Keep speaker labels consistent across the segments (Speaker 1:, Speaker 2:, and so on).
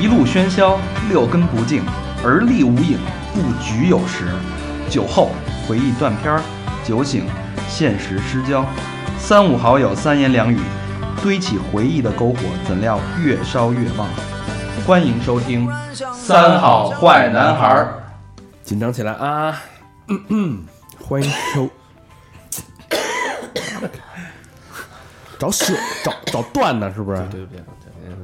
Speaker 1: 一路喧嚣，六根不净，而立无影，不局有时。酒后回忆断片儿，酒醒现实失焦。三五好友三言两语，堆起回忆的篝火，怎料越烧越旺。欢迎收听《三好坏男孩》。儿
Speaker 2: 紧张起来啊！咳咳嗯欢迎收。找血，找找断呢，是不是？对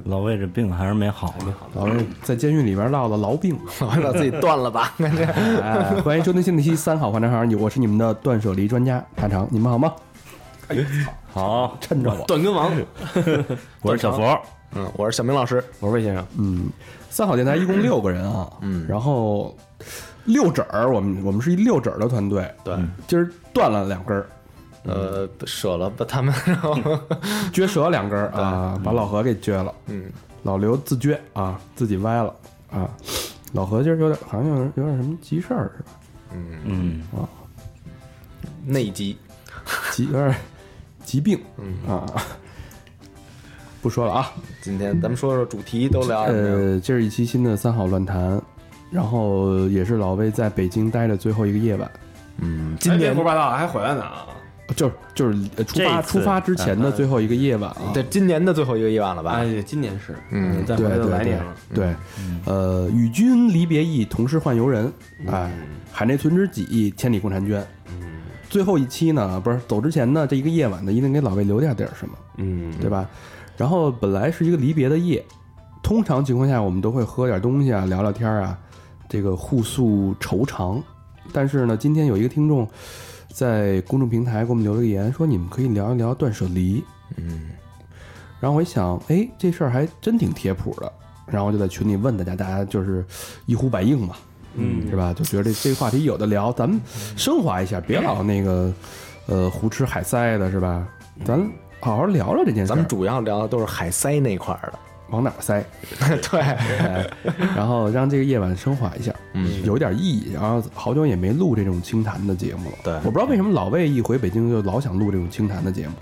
Speaker 3: 老魏这病还是没好 呢。
Speaker 2: 老是在监狱里边落的痨病，老是把自己断了吧。 哎，欢迎收听新的一期《三好坏男孩》，我是你们的断舍离专家大长，你们好吗？
Speaker 3: 好，
Speaker 2: 哎趁着我，
Speaker 4: 断根王，
Speaker 3: 我是小佛，
Speaker 4: 嗯，我是小明老师，我是魏先生，
Speaker 2: 三好电台一共六个人啊，嗯，然后六指儿，我们我们是一六指儿的团队，嗯
Speaker 4: 对，
Speaker 2: 今儿断了两根儿，
Speaker 4: 呃，舍了吧他们，然后
Speaker 2: 撅折两根儿啊，把老何给撅了。
Speaker 4: 嗯，
Speaker 2: 老刘自撅啊，自己歪了啊。老何今儿有点，好像有点有点什么急事儿似的，
Speaker 3: 嗯，
Speaker 4: 内急，
Speaker 2: 急有点疾病
Speaker 5: 嗯
Speaker 2: 啊。 不说了啊，
Speaker 4: 今天咱们说说主题都
Speaker 5: 啊
Speaker 4: 聊什么呀？
Speaker 2: 呃，这是一期新的三好乱谈，然后也是老魏在北京待的最后一个夜晚，
Speaker 4: 嗯，
Speaker 5: 哎
Speaker 4: 今
Speaker 5: 别
Speaker 4: 年
Speaker 5: 胡说八道，还回来呢啊！
Speaker 2: 就是就是呃出发
Speaker 3: 这次
Speaker 2: 出发之前
Speaker 5: 嗯
Speaker 2: 的最后一个夜晚啊。
Speaker 4: 对今年的最后一个夜晚了吧？
Speaker 5: 哎，今年是，
Speaker 4: 嗯
Speaker 5: 再
Speaker 2: 对
Speaker 5: 回来
Speaker 2: 对
Speaker 5: 就来嗯
Speaker 2: 对
Speaker 5: 年了。
Speaker 2: 对，呃，与君离别意，同是宦游人。
Speaker 5: 嗯
Speaker 2: 哎，海内存知己，千里共婵娟。最后一期呢，不是走之前呢，这一个夜晚呢，一定给老魏留点点什么，
Speaker 5: 嗯，
Speaker 2: 对吧？然后本来是一个离别的夜，通常情况下我们都会喝点东西啊，聊聊天啊，这个互诉愁肠。但是呢，今天有一个听众在公众平台给我们留了个言，说你们可以聊一聊断舍离。然后我一想，哎，这事儿还真挺贴谱的。然后我就在群里问大家，大家就是一呼百应嘛，嗯，是吧？就觉得这这个话题有的聊，咱们升华一下，别老那个，呃，胡吃海塞的是吧？咱好好聊聊这件事儿。
Speaker 4: 咱们主要聊的都是海塞那块儿
Speaker 2: 往哪儿塞？
Speaker 4: 的， 对，
Speaker 2: 哎，然后让这个夜晚升华一下，嗯，有点意义。然后好久也没录这种清谈的节目了，
Speaker 4: 对
Speaker 2: 我不知道为什么老魏一回北京就老想录这种清谈的节目，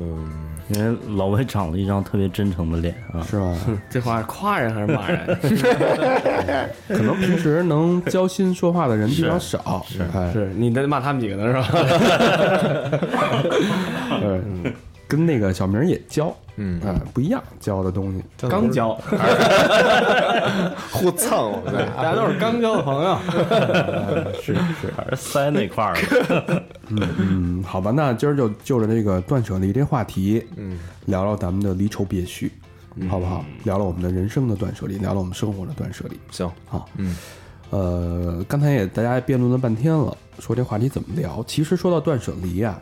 Speaker 4: 嗯，
Speaker 3: 因为老魏长了一张特别真诚的脸啊。
Speaker 2: 是吧？
Speaker 5: 这话是夸人还是骂人？
Speaker 2: 可能平时能交心说话的人比较少，是哎，
Speaker 5: 是你在骂他们几个呢是吧？
Speaker 2: 嗯，跟那个小明也教，
Speaker 4: 嗯
Speaker 2: 啊，不一样教的东西。
Speaker 5: 刚交，
Speaker 4: 互蹭，我们
Speaker 5: 大家都是刚交的朋友。
Speaker 3: 还是腮那块儿 了，
Speaker 2: 嗯，好吧，那今儿就就着这个断舍离这话题，嗯，聊聊咱们的离愁别绪，
Speaker 4: 嗯
Speaker 2: 好不好？聊聊我们的人生的断舍离，聊聊我们生活的断舍离。
Speaker 4: 行，
Speaker 2: 好，
Speaker 4: 嗯，
Speaker 2: 呃，刚才也大家辩论了半天了，说这话题怎么聊？其实说到断舍离啊，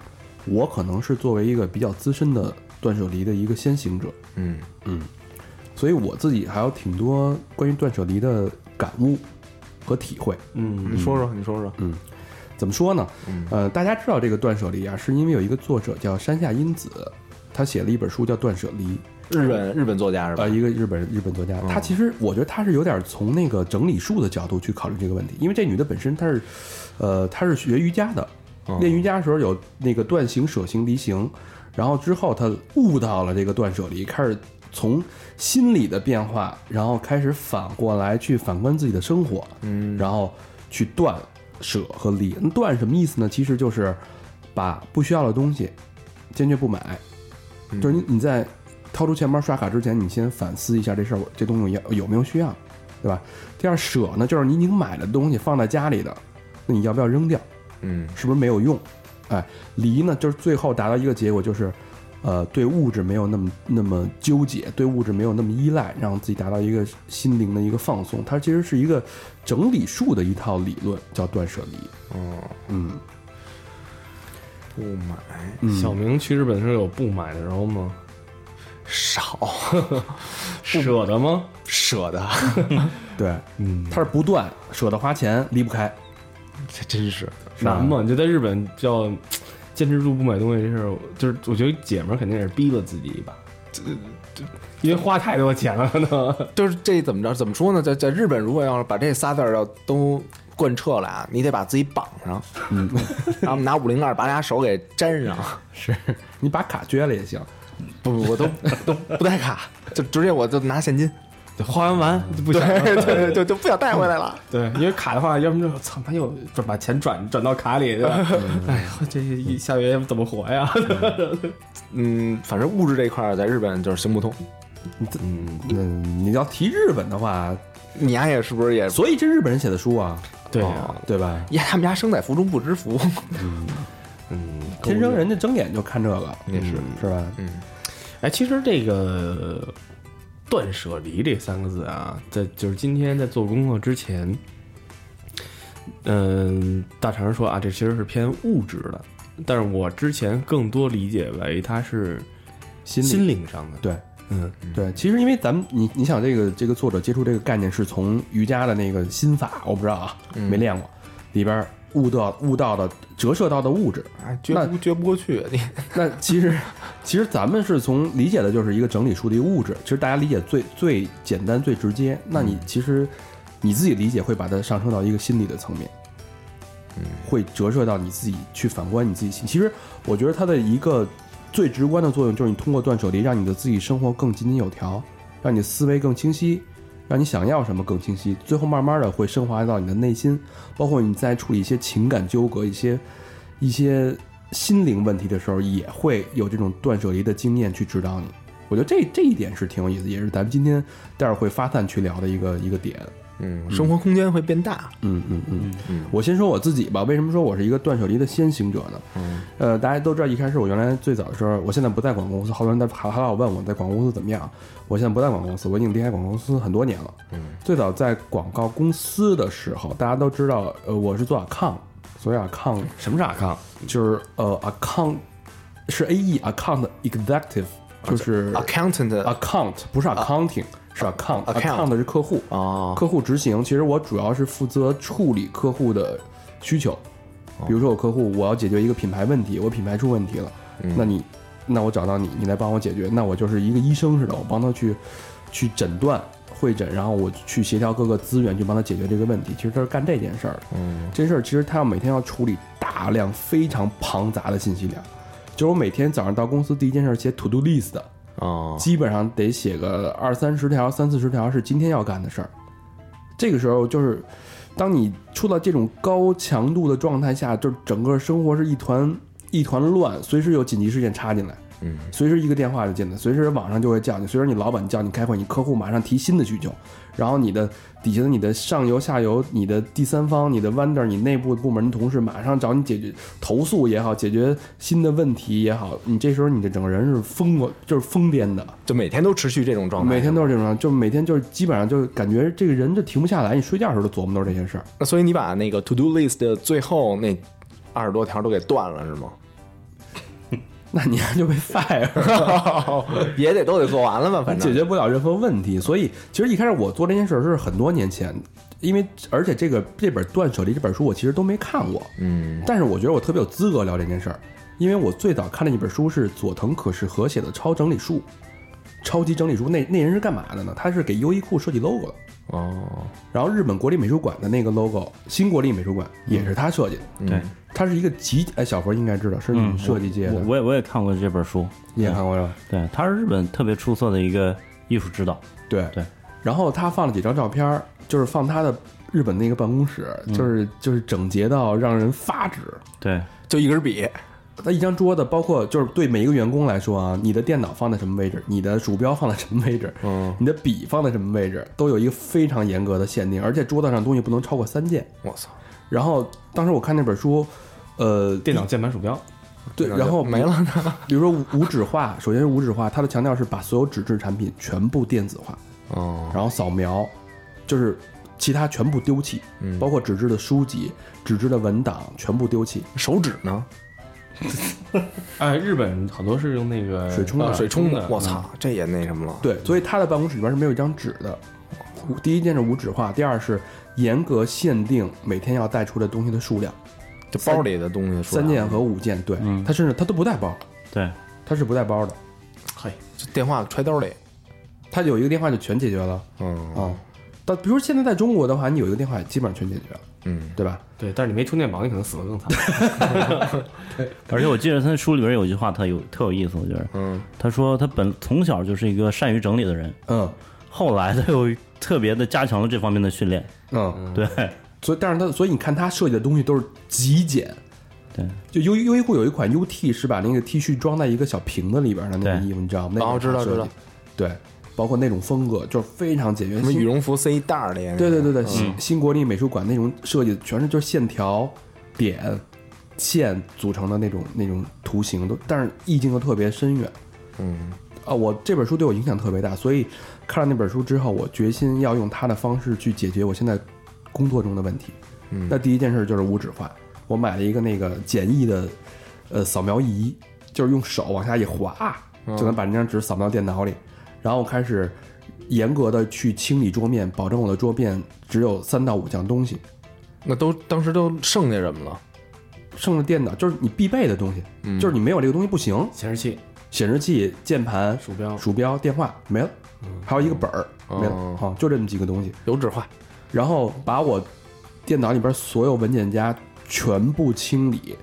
Speaker 2: 我可能是作为一个比较资深的断舍离的一个先行者，
Speaker 4: 嗯
Speaker 2: 所以我自己还有挺多关于断舍离的感悟和体会。
Speaker 5: 嗯，
Speaker 4: 你说说，你说说，
Speaker 2: 怎么说呢？呃，大家知道这个断舍离啊，是因为有一个作者叫山下英子，他写了一本书叫《断舍离》，
Speaker 4: 日本日本作家是吧嗯
Speaker 2: 呃，？一个日本日本作家。他其实我觉得他是有点从那个整理术的角度去考虑这个问题，因为这女的本身她是，呃，她是学瑜伽的，
Speaker 4: 嗯
Speaker 2: 练瑜伽的时候有那个断行、舍行、离行，然后之后她悟到了这个断舍离，开始从心理的变化，然后开始反过来去反观自己的生活，嗯，然后去断舍和离。那断什么意思呢？其实就是把不需要的东西坚决不买，
Speaker 4: 嗯
Speaker 2: 就是你你在掏出钱包刷卡之前，你先反思一下这事儿，我这东西要有没有需要，对吧？第二舍呢，就是你已经买了的东西放在家里的，那你要不要扔掉？
Speaker 4: 嗯
Speaker 2: 是不是没有用？哎，离呢，就是最后达到一个结果，就是，呃，对物质没有那么那么纠结，对物质没有那么依赖，让自己达到一个心灵的一个放松。它其实是一个整理术的一套理论，叫断舍离。
Speaker 4: 哦，
Speaker 2: 嗯，
Speaker 4: 不买嗯
Speaker 5: 小明去日本的时候有不买的时候吗？
Speaker 4: 少，
Speaker 5: 舍得吗？
Speaker 4: 舍得，
Speaker 2: 对，
Speaker 5: 嗯，
Speaker 2: 它是不断舍得花钱，离不开。
Speaker 4: 这真是，
Speaker 5: 难吗？你就在日本叫坚持住不买东西这事儿，就是我觉得姐们儿肯定也是逼了自己一把，这这因为花太多钱了，可能
Speaker 4: 就是这怎么着？怎么说呢？在在日本，如果要是把这仨字儿要都贯彻了啊，你得把自己绑上，
Speaker 2: 嗯，
Speaker 4: 然后拿五零二把俩手给粘 上。
Speaker 2: 你把卡撅了也行。
Speaker 4: 不不，我都都不带卡，就直接我就拿现金。
Speaker 5: 花完完就不想了
Speaker 4: 对对对，就不想带回来了。
Speaker 5: 对，因为卡的话，要么就操他妈又转把钱转转到卡里，对吧？哎呦，这一下个月怎么活呀？
Speaker 4: 嗯，反正物质这一块儿在日本就是行不通。
Speaker 2: 嗯，那你要提日本的话，
Speaker 4: 你丫也是不是也？
Speaker 2: 所以这日本人写的书啊，
Speaker 5: 对呀、
Speaker 2: 对吧？
Speaker 4: 呀，他们家生在福中不知福。
Speaker 2: 天生人家睁眼就看这个，也
Speaker 4: 嗯
Speaker 2: 是是吧？
Speaker 5: 哎，其实这个“断舍离”这三个字啊，在就是今天在做功课之前，嗯、大肠说啊，这其实是偏物质的，但是我之前更多理解为它是
Speaker 2: 心理
Speaker 5: 心灵上的，
Speaker 2: 对
Speaker 5: 嗯，
Speaker 2: 对，其实因为咱们你你想这个这个作者接触这个概念是从瑜伽的那个心法，我不知道啊，没练过，里边悟到悟到的折射到的物质。
Speaker 4: 哎，撅
Speaker 2: 那
Speaker 4: 不撅不过去，啊你
Speaker 2: 那其实其实咱们是从理解的就是一个整理出的一个物质，其实大家理解最最简单最直接。那你其实你自己理解会把它上升到一个心理的层面。会折射到你自己去反观你自己心。其实我觉得它的一个最直观的作用就是你通过断舍离，让你的自己生活更井井有条，让你的思维更清晰，让你想要什么更清晰。最后慢慢的会升华到你的内心，包括你在处理一些情感纠葛、一些一些心灵问题的时候，也会有这种断舍离的经验去指导你。我觉得这这一点是挺有意思，也是咱们今天待会儿会发散去聊的一个一个点。
Speaker 4: 嗯，生活空间会变大。
Speaker 2: 嗯嗯嗯嗯，我先说我自己吧。为什么说我是一个断舍离的先行者呢？嗯，呃，大家都知道，一开始我原来最早的时候，我现在不在广告公司，好多人在还还老问我在广告公司怎么样。我现在不在广告公司，我已经离开广告公司很多年了。嗯，最早在广告公司的时候，大家都知道，呃，我是做 account，所以 account
Speaker 5: 什么是阿康？
Speaker 2: 就是呃 account 是 A E account executive，就是。
Speaker 4: 嗯 Accountant
Speaker 2: account 不是 accounting，、是 account
Speaker 4: 啊 account
Speaker 2: 是客户
Speaker 4: 哦
Speaker 2: 客户执行。其实我主要是负责处理客户的需求，
Speaker 4: 哦
Speaker 2: 比如说有客户我要解决一个品牌问题，我品牌出问题了，
Speaker 4: 嗯
Speaker 2: 那你那我找到你，你来帮我解决，那我就是一个医生似的，我帮他去去诊断。会诊，然后我去协调各个资源去帮他解决这个问题。其实他是干这件事儿的。嗯，这事儿其实他要每天要处理大量非常庞杂的信息量，就是我每天早上到公司第一件事儿写 to do list 的，
Speaker 4: 哦，
Speaker 2: 基本上得写个二三十条、三四十条是今天要干的事儿。这个时候就是，当你处到这种高强度的状态下，就是整个生活是一团一团乱，随时有紧急事件插进来，嗯，随时一个电话就进来，随时网上就会叫你，随时你老板叫你开会，你客户马上提新的需求，然后你的底下的你的上游、下游、你的第三方、你的 vendor、你内部部门同事马上找你解决投诉也好，解决新的问题也好，你这时候你的整个人是疯过，就是疯癫的，
Speaker 4: 就每天都持续这种状态。
Speaker 2: 每天都是这种状态，就每天就是基本上就是感觉这个人就停不下来，你睡觉的时候都琢磨都是这些事儿。
Speaker 4: 那所以你把那个 to do list 的最后那二十多条都给断了是吗？
Speaker 2: 那你还就被 fire，
Speaker 4: 也得都得做完了吧，反
Speaker 2: 哦解
Speaker 4: 正。
Speaker 2: 决不了任何问题。所以其实一开始我做这件事儿是很多年前，因为而且这个这本《断舍离》这本书我其实都没看过，嗯，但是我觉得我特别有资格聊这件事儿，因为我最早看的一本书是佐藤可士和写的《超整理术》，超级整理术那那人是干嘛的呢？他是给优衣库设计 logo 的。
Speaker 4: 哦，
Speaker 2: 然后日本国立美术馆的那个 logo，新国立美术馆也是他设计的。
Speaker 4: 嗯
Speaker 5: 对，
Speaker 2: 他是一个极哎，小佛应该知道是你设计界的，
Speaker 3: 我我也我也看过这本书，
Speaker 2: 你也看过是吧？
Speaker 3: 对，他是日本特别出色的一个艺术指导，
Speaker 2: 对
Speaker 3: 对。
Speaker 2: 然后他放了几张照片儿，就是放他的日本那个办公室，就是就是整洁到让人发指。
Speaker 3: 对，
Speaker 4: 就一根笔，
Speaker 2: 他一张桌子，包括就是对每一个员工来说啊，你的电脑放在什么位置，你的鼠标放在什么位置，嗯，你的笔放在什么位置，都有一个非常严格的限定，而且桌子上东西不能超过三件。
Speaker 4: 我操，
Speaker 2: 然后当时我看那本书，呃，
Speaker 5: 电脑键盘鼠标，
Speaker 2: 对，然后
Speaker 4: 没了呢。
Speaker 2: 比如说无无纸化，首先是无纸化，它的强调是把所有纸质产品全部电子化，
Speaker 4: 哦，
Speaker 2: 然后扫描，就是其他全部丢弃，
Speaker 4: 嗯
Speaker 2: 包括纸质的书籍、纸质的文档全部丢弃，
Speaker 4: 手指呢？
Speaker 5: 哎，日本好多是用那个
Speaker 2: 水冲的
Speaker 5: 啊
Speaker 4: 水
Speaker 5: 水
Speaker 4: 冲
Speaker 5: 冲
Speaker 4: 的
Speaker 5: 的，，
Speaker 4: 我操，这也那什么了。
Speaker 2: 对，所以他的办公室里边是没有一张纸的。无第一件是无纸化，第二是严格限定每天要带出的东西的数量，
Speaker 4: 就包里的东西说
Speaker 2: 三件和五件。对，
Speaker 4: 嗯
Speaker 2: 他甚至他都不带包，
Speaker 3: 对，
Speaker 2: 他是不带包的。
Speaker 5: 嗯
Speaker 4: 嘿，就电话揣兜里。
Speaker 2: 他有一个电话就全解决了
Speaker 4: 嗯
Speaker 2: 啊。但比如说现在在中国的话，你有一个电话也基本上全解决了，
Speaker 4: 嗯，
Speaker 2: 对吧？
Speaker 5: 对，但是你没充电宝，你可能死的更惨。
Speaker 3: 而且我记得他书里边有一句话特有特有意思，我觉得，嗯，他说他本从小就是一个善于整理的人，
Speaker 2: 嗯，
Speaker 3: 后来他又特别的加强了这方面的训练。
Speaker 2: 嗯，
Speaker 3: 对，
Speaker 2: 所以但是它，所以你看它设计的东西都是极简。
Speaker 3: 对，
Speaker 2: 就优优衣库有一款 UT 是把那个 T 恤装在一个小瓶子里边的那个
Speaker 3: 对
Speaker 2: 衣服，你知道吗？那
Speaker 4: 哦
Speaker 2: 种
Speaker 4: 知道
Speaker 2: 设计
Speaker 4: 知道。
Speaker 2: 对，包括那种风格就是非常简约，
Speaker 4: 什么
Speaker 2: 新
Speaker 4: 羽绒服塞一袋儿里，
Speaker 2: 对对对对，新新国立美术馆那种设计，全是就是线条、点、线组成的那种那种图形，都但是意境都特别深远。
Speaker 4: 嗯，
Speaker 2: 啊，我这本书对我影响特别大，所以看了那本书之后，我决心要用它的方式去解决我现在工作中的问题。
Speaker 4: 嗯
Speaker 2: 那第一件事就是无纸化，我买了一个那个简易的呃扫描仪，就是用手往下一划，
Speaker 4: 嗯
Speaker 2: 就能把那张纸扫描电脑里。然后我开始严格的去清理桌面，保证我的桌面只有三到五项东西，
Speaker 4: 那都当时都剩下什么了？
Speaker 2: 剩了电脑就是你必备的东西，
Speaker 4: 嗯
Speaker 2: 就是你没有这个东西不行。
Speaker 5: 显示器、
Speaker 2: 显示器、键盘、
Speaker 5: 鼠标
Speaker 2: 鼠标、电话没了，还有一个本儿
Speaker 4: 嗯
Speaker 2: 没了，
Speaker 4: 哦
Speaker 2: 啊，就这么几个东西。
Speaker 4: 油纸化，
Speaker 2: 然后把我电脑里边所有文件夹全部清理，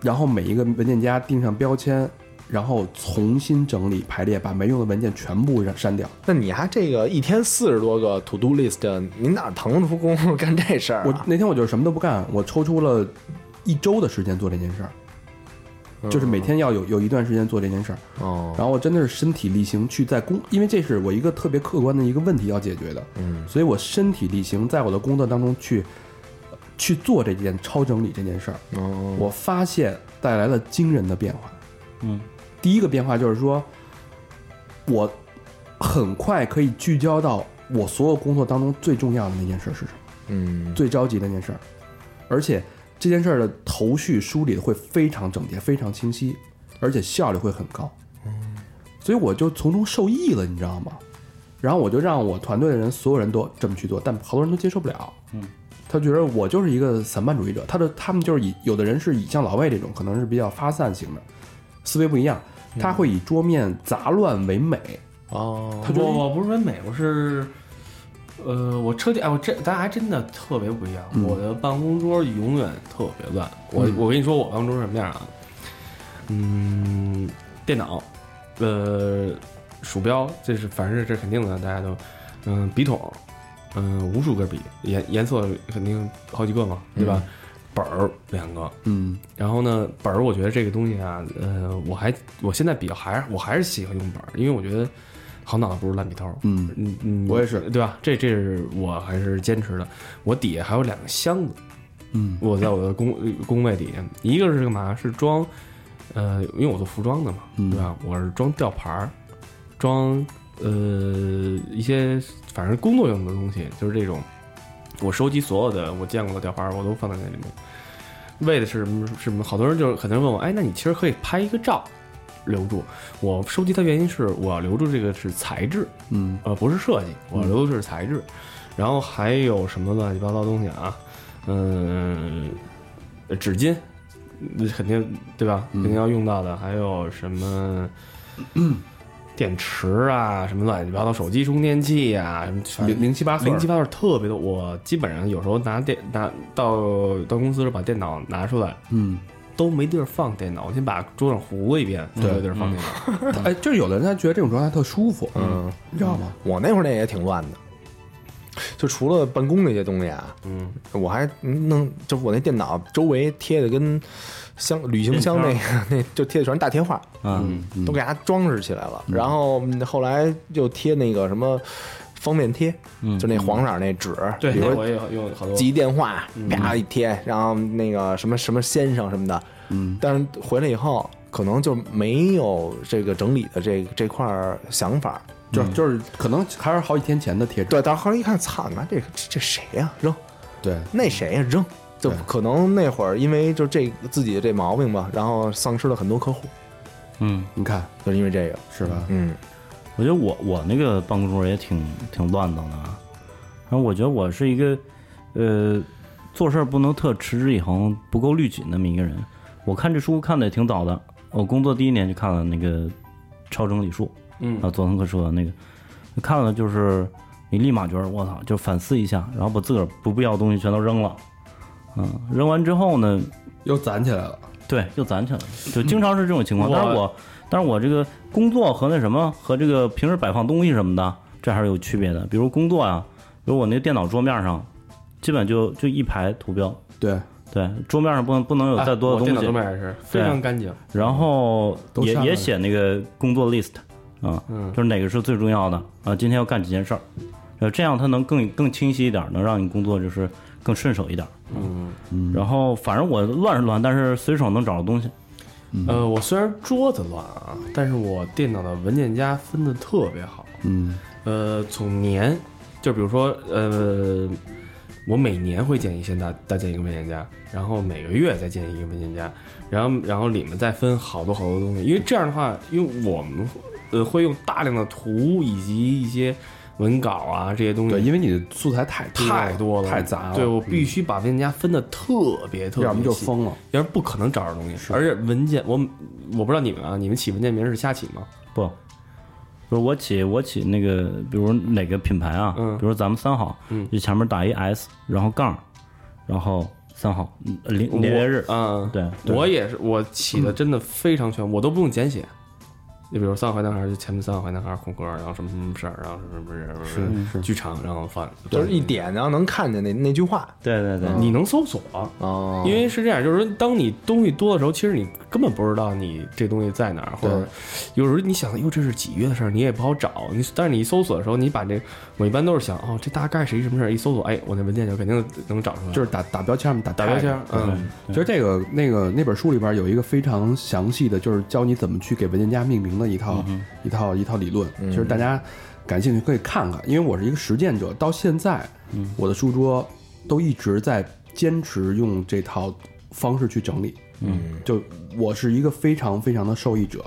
Speaker 2: 然后每一个文件夹钉上标签，然后重新整理排列，把没用的文件全部删删掉。
Speaker 4: 那你还这个一天四十多个 to do list，你哪腾出功夫干这事儿、啊？
Speaker 2: 我那天我就是什么都不干，我抽出了一周的时间做这件事儿，就是每天要有有一段时间做这件事儿。
Speaker 4: 嗯哦，
Speaker 2: 然后我真的是身体力行去在工，因为这是我一个特别客观的一个问题要解决的，
Speaker 4: 嗯，
Speaker 2: 所以我身体力行在我的工作当中去呃去做这件超整理这件事儿，
Speaker 4: 哦，
Speaker 2: 我发现带来了惊人的变化。
Speaker 3: 嗯，
Speaker 2: 第一个变化就是说，我很快可以聚焦到我所有工作当中最重要的那件事是什么，
Speaker 4: 嗯，
Speaker 2: 最着急的那件事儿，而且这件事儿的头绪梳理得会非常整洁、非常清晰，而且效率会很高。所以我就从中受益了，你知道吗？然后我就让我团队的人，所有人都这么去做，但好多人都接受不了。
Speaker 3: 嗯，
Speaker 2: 他觉得我就是一个散漫主义者，他的他们就是以有的人是以像老魏这种，可能是比较发散型的，思维不一样，他会以桌面杂乱为美。
Speaker 4: 哦，
Speaker 2: 他觉得
Speaker 5: 我我不是说美，我是，呃，我彻底哎，我这咱还真的特别不一样。
Speaker 2: 嗯
Speaker 5: 我的办公桌永远特别乱。我、我跟你说，我办公桌是什么样啊？嗯，电脑，呃，鼠标，这是反正是这肯定的，大家都，嗯、笔筒，嗯、无数个笔，颜颜色肯定好几个嘛，对吧？本儿两个，
Speaker 2: 嗯
Speaker 5: 然后呢，本儿我觉得这个东西啊，呃，我还我现在比较还是我还是喜欢用本儿，因为我觉得好脑子不如烂笔头儿。
Speaker 2: 嗯，
Speaker 5: 嗯嗯，
Speaker 2: 我也是
Speaker 5: 对吧？这这是我还是坚持的。我底下还有两个箱子，
Speaker 2: 嗯，
Speaker 5: 我在我的工呃工位底下，一个是干嘛？是装，呃，因为我做服装的嘛，
Speaker 2: 嗯
Speaker 5: 对吧？我是装吊牌儿，装呃一些反正工作用的东西，就是这种。我收集所有的我见过的吊牌儿，我都放在那里面。为的是什么？是什么？好多人就是很多人问我，哎，那你其实可以拍一个照，留住。我收集它原因是我要留住这个是材质，
Speaker 2: 嗯
Speaker 5: 呃，不是设计，我留的是材质，然后还有什么乱七八糟东西啊？嗯，呃纸巾，那肯定对吧？肯定要用到的，还有什 么？电池啊，什么乱七八糟，手机充电器啊，什么
Speaker 2: 零零七八碎儿，
Speaker 5: 零七八糟特别多。我基本上有时候拿电拿到到公司的时候把电脑拿出来，
Speaker 2: 嗯，
Speaker 5: 都没地儿放电脑，我先把桌上糊过一遍，才有地儿放电脑。
Speaker 2: 哎，就是有的人他觉得这种状态特舒服，嗯，你知道吗？
Speaker 4: 我那会儿那也挺乱的，就除了办公那些东西啊，
Speaker 5: 嗯，
Speaker 4: 我还弄，就我那电脑周围贴的跟箱旅行箱那个那就贴的全是大贴画，
Speaker 3: 嗯，
Speaker 4: 都给它装饰起来了。然后嗯后来又贴那个什么方便贴，就那黄色儿那纸，
Speaker 5: 对，
Speaker 4: 比如
Speaker 5: 那
Speaker 4: 说
Speaker 5: 我也用好多。
Speaker 4: 记一电话，啪一贴，然后那个什么什么先生什么的，嗯，但是回来以后可能就没有这个整理的这这块儿想法。
Speaker 2: 就是就是可能还是好几天前的贴纸，
Speaker 4: 对，到后来一看，操你妈，这这谁呀、扔
Speaker 2: 对，
Speaker 4: 那谁呀、扔，就
Speaker 2: 对
Speaker 4: 可能那会儿因为就这自己的这毛病吧，然后丧失了很多客户，
Speaker 3: 嗯，
Speaker 2: 你看
Speaker 4: 就是因为这个。
Speaker 2: 是吧？
Speaker 4: 嗯，
Speaker 3: 我觉得我我那个办公桌也挺挺乱腾的啊。然后我觉得我是一个，呃，做事儿不能特持之以恒、不够律己那么一个人。我看这书看的也挺早的，我工作第一年就看了那个《超整理术》，
Speaker 5: 嗯
Speaker 3: 啊，佐藤克说的那个，看了就是你立马觉得我操，就反思一下，然后把自个儿不必要的东西全都扔了，嗯，扔完之后呢，
Speaker 2: 又攒起来了，
Speaker 3: 对，就攒起来了，就经常是这种情况。
Speaker 5: 嗯
Speaker 3: 但是我，但是我这个工作和那什么和这个平时摆放东西什么的，这还是有区别的。比如工作呀、啊比如我那电脑桌面上，基本就就一排图标，
Speaker 2: 对，
Speaker 3: 对，桌面上不能不能有
Speaker 2: 呃
Speaker 3: 再多的
Speaker 5: 哎我
Speaker 3: 东
Speaker 5: 电脑
Speaker 3: 西
Speaker 5: 桌。面也
Speaker 2: 啊
Speaker 5: 是非常干净，
Speaker 3: 然后
Speaker 2: 都
Speaker 3: 也
Speaker 2: 下来
Speaker 3: 也
Speaker 2: 了
Speaker 3: 写那个工作 list 啊，
Speaker 5: 嗯
Speaker 3: 就是哪个是最重要的啊，今天要干几件事儿，呃，这样它能更更清晰一点，能让你工作就是更顺手一点。
Speaker 5: 嗯，
Speaker 3: 然后反正我乱是乱，但是随手能找着东西。
Speaker 2: 嗯
Speaker 5: 呃，我虽然桌子乱啊，但是我电脑的文件夹分的特别好，
Speaker 2: 嗯，
Speaker 5: 呃，从年，就比如说，呃，我每年会建一先大大建一个文件夹，然后每个月再建一个文件夹，然后然后里面再分好多好多东西，因为这样的话，因为我们呃会用大量的图以及一些文稿啊这些东
Speaker 2: 对，
Speaker 5: 西。
Speaker 2: 因为你的素材太
Speaker 5: 太
Speaker 2: 多
Speaker 5: 多了，
Speaker 2: 太杂了，嗯
Speaker 5: 对我必须把文件夹分的特别特别细，
Speaker 2: 要么就疯了。
Speaker 5: 要是不可能找着东西。而且文件，我我不知道你们啊，你们起文件名是瞎起吗？
Speaker 3: 不，不是我起我起那个，比如哪个品牌啊，
Speaker 5: 嗯
Speaker 3: 比如咱们三好，
Speaker 5: 嗯
Speaker 3: 就前面打一 S，然后杠，然后三好嗯零
Speaker 5: 我
Speaker 3: 年月日，
Speaker 5: 嗯，
Speaker 3: 对，对
Speaker 5: 我也是，我起的真的非常全，我都不用简写。你比如三个坏男孩，就前面三个坏男孩空格，然后什么什么事儿，然后什么什么什么什么剧场，然后放
Speaker 4: 就是一，点，嗯然后能看见那那句话
Speaker 3: 对对对，
Speaker 5: 你能搜索，
Speaker 4: 哦，
Speaker 5: 因为是这样，就是说，当你东西多的时候，其实你根本不知道你这东西在哪儿，或者有时候你想，哟，这是几月的事儿，你也不好找。你但是你一搜索的时候，你把这，我一般都是想，哦，这大概是一什么事儿，一搜索，哎，我那文件就肯定能找出来，
Speaker 2: 就是打打标签嘛，打
Speaker 5: 打标签。，嗯，
Speaker 2: 其实这个那个那本书里边有一个非常详细的，就是教你怎么去给文件夹命名的一
Speaker 5: 嗯
Speaker 2: 套、一套一套理论。其实大家感兴趣可以看看，因为我是一个实践者，到现在、
Speaker 5: 嗯
Speaker 2: 我的书桌都一直在坚持用这套方式去整理。
Speaker 4: 嗯
Speaker 2: 就我是一个非常非常的受益者。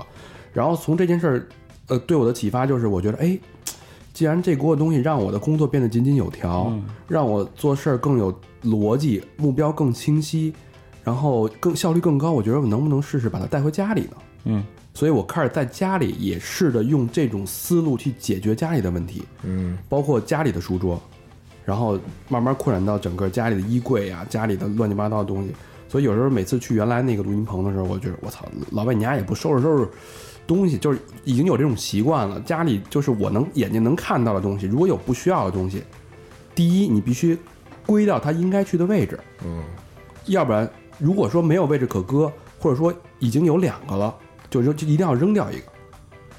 Speaker 2: 然后从这件事儿，呃，对我的启发就是，我觉得，哎，既然这锅东西让我的工作变得井井有条，让我做事儿更有逻辑，目标更清晰，然后更效率更高，我觉得我能不能试试把它带回家里呢？
Speaker 3: 嗯，
Speaker 2: 所以我开始在家里也试着用这种思路去解决家里的问题。
Speaker 4: 嗯
Speaker 2: 包括家里的书桌，然后慢慢扩展到整个家里的衣柜啊，家里的乱七八糟的东西。所以有时候每次去原来那个录音棚的时候，我觉得我操，老外你家也不收拾收拾东西，就是已经有这种习惯了。家里就是我能眼睛能看到的东西，如果有不需要的东西，第一你必须归到它应该去的位置，
Speaker 4: 嗯，
Speaker 2: 要不然如果说没有位置可搁，或者说已经有两个了，就扔就一定要扔掉一个。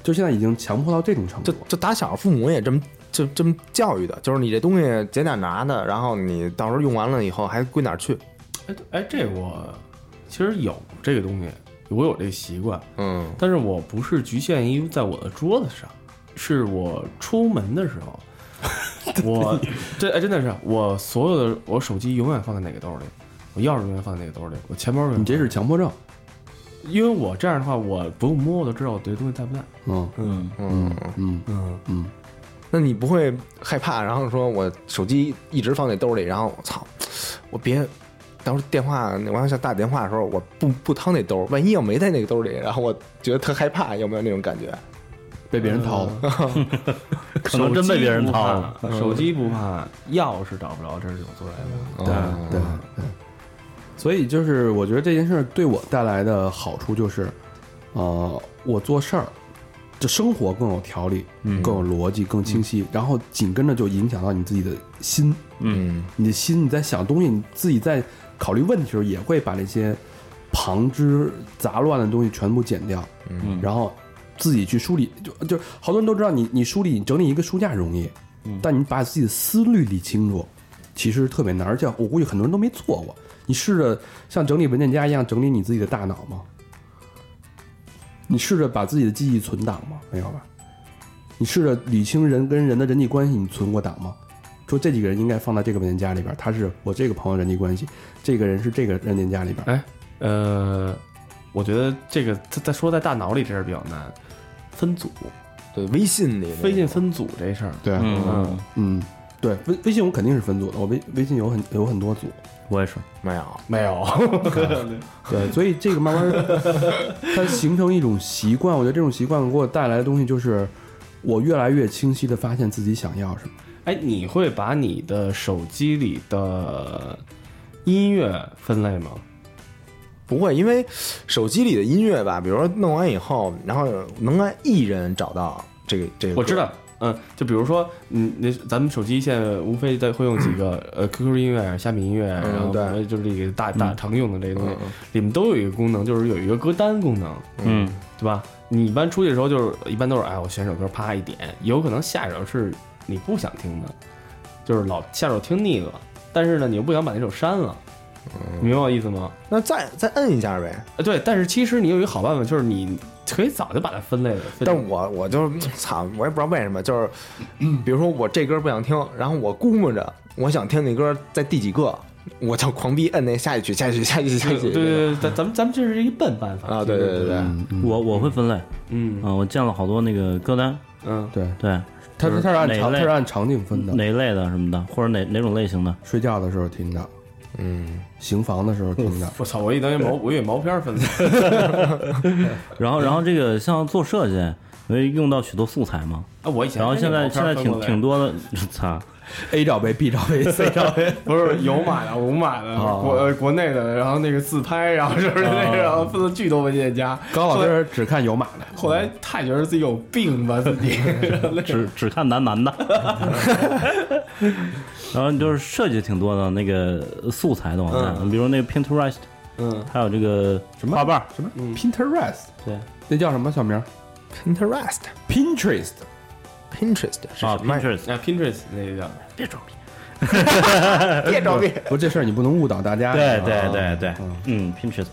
Speaker 2: 就现在已经强迫到这种程度
Speaker 4: 就
Speaker 2: 了，
Speaker 4: 就打小父母也这么就这么教育的，就是你这东西捡点拿的，然后你到时候用完了以后还归哪儿去？
Speaker 5: 哎哎，这我其实有这个东西，我有这个习惯，
Speaker 4: 嗯
Speaker 5: 但是我不是局限于在我的桌子上，是我出门的时 候，我这哎真的是我所有的我手机永远放在哪个兜里，我钥匙永远放在哪个兜里，我钱包永远
Speaker 2: 你这是强迫症，
Speaker 5: 因为我这样的话，我不用摸我就知道我这东西在不在。
Speaker 2: 嗯
Speaker 5: 嗯
Speaker 4: 嗯，
Speaker 2: 嗯。
Speaker 5: 嗯，
Speaker 2: 嗯，
Speaker 4: 那你不会害怕？然后说我手机一直放在兜里，然后我操，我别。到时候电话，我要想打电话的时候，我不不掏那兜，万一要没在那个兜里，然后我觉得特害怕，有没有那种感觉？
Speaker 2: 被别人掏了。
Speaker 3: 可能真被别人掏了。
Speaker 5: 嗯
Speaker 3: 嗯
Speaker 5: 手机不怕，手机不怕，钥匙找不着，这是我做来的。
Speaker 4: 嗯
Speaker 2: 对对。所以就是，我觉得这件事儿对我带来的好处就是，呃，我做事儿，这生活更有条理，更有逻辑，更清晰。然后紧跟着就影响到你自己的心，
Speaker 4: 嗯
Speaker 2: 你的心你在想东西，你自己在考虑问题的时候，也会把那些旁枝杂乱的东西全部剪掉，
Speaker 4: 嗯
Speaker 2: 然后自己去梳理。就就好多人都知道你，你梳理你整理一个书架容易，但你把自己的思虑理清楚，其实特别难。而且我估计很多人都没做过。你试着像整理文件夹一样整理你自己的大脑吗？你试着把自己的记忆存档吗？没有吧？你试着理清人跟人的人际关系，你存过档吗？说这几个人应该放在这个文件夹里边，他是我这个朋友人际关系，这个人是这个文件夹里边。
Speaker 5: 哎，呃，我觉得这个在在说在大脑里这事儿比较难，分组，
Speaker 4: 对，微信里
Speaker 5: 微信分组这事儿，
Speaker 2: 对啊，
Speaker 3: 嗯，
Speaker 2: 嗯，对，微微信我肯定是分组的，我微微信有很有很多组，
Speaker 3: 我也是，
Speaker 4: 没有，
Speaker 5: 没有，
Speaker 2: 对，所以这个慢慢儿它形成一种习惯，我觉得这种习惯给我带来的东西就是，我越来越清晰的发现自己想要什么。
Speaker 5: 哎，你会把你的手机里的音乐分类吗？
Speaker 4: 不会，因为手机里的音乐吧，比如说弄完以后，然后能按艺人找到这个这个歌，
Speaker 5: 我知道，嗯，就比如说，嗯，那咱们手机现在无非在会用几个，呃，QQ 音乐、虾米音乐，啊
Speaker 4: 嗯
Speaker 5: 然后
Speaker 4: 对
Speaker 5: 反正就是这个大大常用的这些东西
Speaker 4: 嗯嗯，
Speaker 5: 里面都有一个功能，就是有一个歌单功能，
Speaker 3: 嗯，
Speaker 5: 对吧？你一般出去的时候，就是一般都是哎，我选首歌，啪一点，有可能下一首是你不想听的，就是老下首听腻了，但是呢，你又不想把那首删了，
Speaker 4: 嗯
Speaker 5: 你明白我意思吗？
Speaker 4: 那再再摁一下呗。
Speaker 5: 呃，对，但是其实你有一个好办法，就是你可以早就把它分类了。
Speaker 4: 但我我就操，我也不知道为什么，就是，嗯比如说我这歌不想听，然后我估摸着我想听那歌在第几个，我就狂逼摁那下一曲、下一曲、下一曲、下一曲。
Speaker 5: 对对对，嗯咱咱们咱们这是一笨办法
Speaker 4: 啊，对对对，对，
Speaker 2: 嗯
Speaker 3: 我我会分类，
Speaker 5: 嗯
Speaker 3: 嗯，我建了好多那个歌单，
Speaker 5: 嗯，
Speaker 2: 对，
Speaker 3: 对，
Speaker 2: 它
Speaker 3: 就是
Speaker 2: 它是按
Speaker 3: 哪
Speaker 2: 场它
Speaker 3: 类
Speaker 2: 是按场景分的，
Speaker 3: 哪一类的什么的，或者哪哪种类型的，
Speaker 2: 睡觉的时候听的，
Speaker 4: 嗯，
Speaker 2: 行房的时候听的，
Speaker 5: 我操，我以为毛我以为毛片分类，
Speaker 3: 然后然后这个像做设计，因为用到许多素材嘛，
Speaker 5: 啊，我以前
Speaker 3: 然后现在现在挺挺
Speaker 5: 多
Speaker 3: 多的，操，
Speaker 2: A 罩杯、B 罩杯、C 罩杯，
Speaker 5: 不是有买的无买的
Speaker 2: 哦
Speaker 5: 国呃国内的，然后那个自拍，然后是不是那个然后分了巨多文件夹，
Speaker 2: 高老师只看有码的，
Speaker 5: 后来太觉得自己有病吧自己，
Speaker 3: 只只看男男的， 然后就是设计挺多的那个素材的网站，比如那个 Pinterest，
Speaker 5: 嗯
Speaker 3: 还有这个
Speaker 2: 什么画瓣什么 Pinterest，
Speaker 3: 对
Speaker 2: 那叫什么小名
Speaker 4: Pinterest。
Speaker 2: ？Pinterest，
Speaker 4: Pinterest 是
Speaker 3: 啊
Speaker 4: 什么呀？
Speaker 3: Pinterest，
Speaker 5: 啊 Pinterest 那叫
Speaker 3: 别装逼，啊
Speaker 4: 别照片，
Speaker 2: 不，这事儿你不能误导大家。
Speaker 3: 对
Speaker 2: 啊
Speaker 5: 哦
Speaker 3: 对对对，嗯，Pinterest。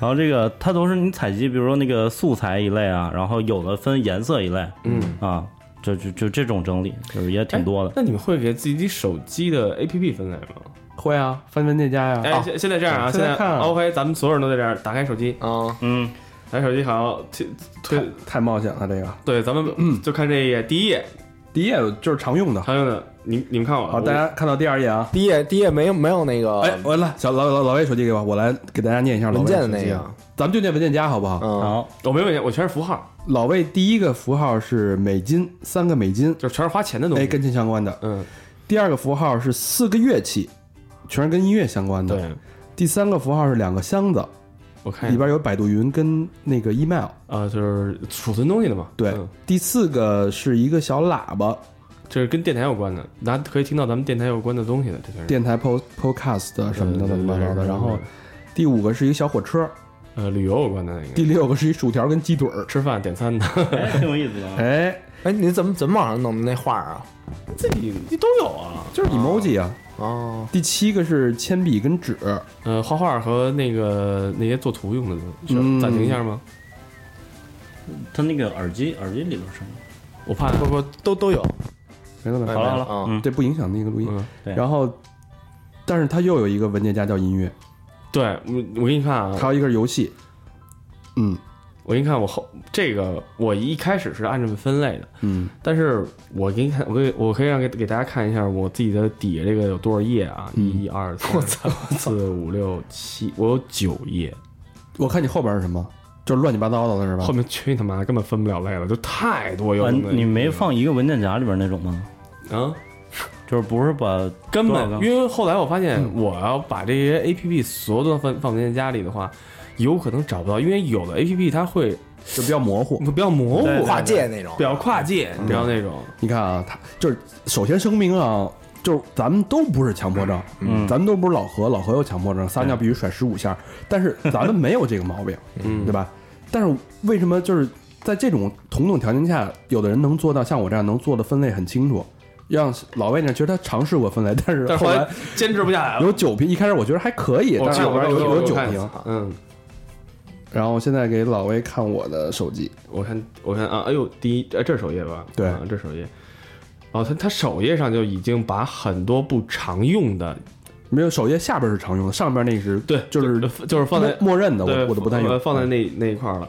Speaker 3: 然后这个它都是你采集，比如说那个素材一类啊，然后有的分颜色一类，嗯啊，就就就这种整理，就是也挺多的。
Speaker 5: 那你们会给自己手机的 APP 分类吗？
Speaker 2: 会啊，翻文件夹呀。
Speaker 5: 哎，
Speaker 2: 啊
Speaker 5: 现现在这样啊，
Speaker 2: 现
Speaker 5: 现
Speaker 2: 在
Speaker 5: 在
Speaker 2: 看啊
Speaker 5: OK，咱们所有人都在这样，打开手机，
Speaker 4: 嗯，
Speaker 3: 嗯，
Speaker 5: 打开手机好推推，
Speaker 2: 太冒险哦了，这个
Speaker 5: 对，咱
Speaker 2: 嗯
Speaker 5: 们就看这一页，第一页，
Speaker 2: 第一页就是常用的。
Speaker 5: 常用的，你你们看我，
Speaker 2: 好，大家看到第二页啊。
Speaker 4: 第一页第一页没有没有那个，
Speaker 5: 呃
Speaker 2: 哎，完了，小老老老魏手机给我，我来给大家念一下老魏
Speaker 4: 文件的
Speaker 2: 手机
Speaker 4: 那个
Speaker 2: 啊，咱们就念文件夹好不好？
Speaker 4: 嗯，
Speaker 3: 好，
Speaker 5: 我没问题，我全是符号，
Speaker 2: 老魏第一个符号是美金，三个美金，
Speaker 5: 就是全是花钱的东
Speaker 2: 哎，
Speaker 5: 西，
Speaker 2: 跟钱相关的。
Speaker 5: 嗯，
Speaker 2: 第二个符号是四个乐器，全是跟音乐相关的。
Speaker 5: 对，
Speaker 2: 第三个符号是两个箱子，
Speaker 5: 我看
Speaker 2: 里
Speaker 5: 一下
Speaker 2: 边有百度云跟那个 email。
Speaker 5: 啊，就是储存东西的嘛，
Speaker 2: 对，
Speaker 5: 嗯
Speaker 2: 第四个是一个小喇叭，
Speaker 5: 这是跟电台有关的，拿可以听到咱们电台有关的东西的，这呃全是
Speaker 2: 电台 po podcast 什么的
Speaker 5: 对对对
Speaker 2: 乱七八糟
Speaker 5: 对对
Speaker 2: 的。
Speaker 5: 对
Speaker 2: 然后第五个是一个小火车，
Speaker 5: 呃旅游有关的那个，
Speaker 2: 第六个是一薯条跟鸡腿儿。
Speaker 5: 吃饭点餐的，
Speaker 3: 哎，挺有意思的。
Speaker 2: 哎，
Speaker 4: 哎，你怎么怎么往上弄的那画啊？
Speaker 5: 自己你都有啊，
Speaker 2: 就是 emoji 啊。
Speaker 4: 哦，
Speaker 2: 第七个是铅笔跟纸，
Speaker 5: 呃，画画和那个那些做图用的东西，
Speaker 2: 嗯
Speaker 5: 是暂停一下吗？
Speaker 3: 它那个耳机，耳机里边是什么？
Speaker 5: 我怕
Speaker 4: 不不都都有，
Speaker 2: 没了没
Speaker 4: 哎
Speaker 2: 了，
Speaker 3: 好了好
Speaker 4: 没
Speaker 3: 了，
Speaker 4: 啊
Speaker 3: 嗯，
Speaker 2: 这不影响那个录音。
Speaker 5: 嗯，
Speaker 3: 对
Speaker 2: 然后，但是它又有一个文件夹叫音乐，
Speaker 5: 对我我给你看啊，
Speaker 2: 还有一个是游戏。嗯
Speaker 5: 我给你看，我后这个我一开始是按这么分类的，
Speaker 2: 嗯，
Speaker 5: 但是我给你看，我给我可以让给给大家看一下我自己的底下这个有多少页啊？
Speaker 2: 嗯
Speaker 5: 一二三四五六七，我有九页，
Speaker 2: 我看你后边是什么，就是乱七八糟的了是吧
Speaker 5: 后？面去他妈根本分不了类了，就太多有
Speaker 3: 啊
Speaker 5: 用的。
Speaker 3: 你没放一个文件夹里边那种吗？
Speaker 5: 啊？
Speaker 3: 就是不是把
Speaker 5: 根
Speaker 3: 多少
Speaker 5: 本，
Speaker 3: 个嗯
Speaker 5: 因为后来我发现，我要把这些 A P P 所有都放放文件夹里的话，有可能找不到，因为有的 A P P 它会
Speaker 2: 就比较模糊。
Speaker 5: 比较模
Speaker 3: 对
Speaker 5: 糊，
Speaker 4: 跨界那种
Speaker 5: 比，较跨界，你知道那种。
Speaker 3: 嗯
Speaker 2: 你看啊，他就是首先声明啊，就是咱们都不是强迫症，
Speaker 3: 嗯
Speaker 2: 咱们都不是老何，老何有强迫症，撒尿必须甩十五下， 但是咱们没有这个毛病，
Speaker 5: 嗯
Speaker 2: 对吧？但是为什么就是在这种同等条件下，有的人能做到像我这样能做的分类很清楚，让老魏呢觉得他尝试过分类，但是
Speaker 5: 但是
Speaker 2: 后
Speaker 5: 后
Speaker 2: 来
Speaker 5: 来坚持不下来了。
Speaker 2: 有九瓶，一开始我觉得还可以，
Speaker 5: 哦我
Speaker 2: 但是
Speaker 5: 看
Speaker 2: 后边有
Speaker 5: 我
Speaker 2: 有九
Speaker 5: 看
Speaker 2: 瓶，
Speaker 5: 嗯，
Speaker 2: 然后现在给老魏看我的手机，
Speaker 5: 我看我看啊，哎呦，第一，哎，这是首页吧？
Speaker 2: 对
Speaker 5: 啊，这是首页。哦，它它首页上就已经把很多不常用的，
Speaker 2: 没有首页下边是常用的，上边那是
Speaker 5: 对，
Speaker 2: 就是
Speaker 5: 就是放在
Speaker 2: 默默认的，
Speaker 5: 对
Speaker 2: 我我都不太用，嗯
Speaker 5: 放放在那那一块儿了。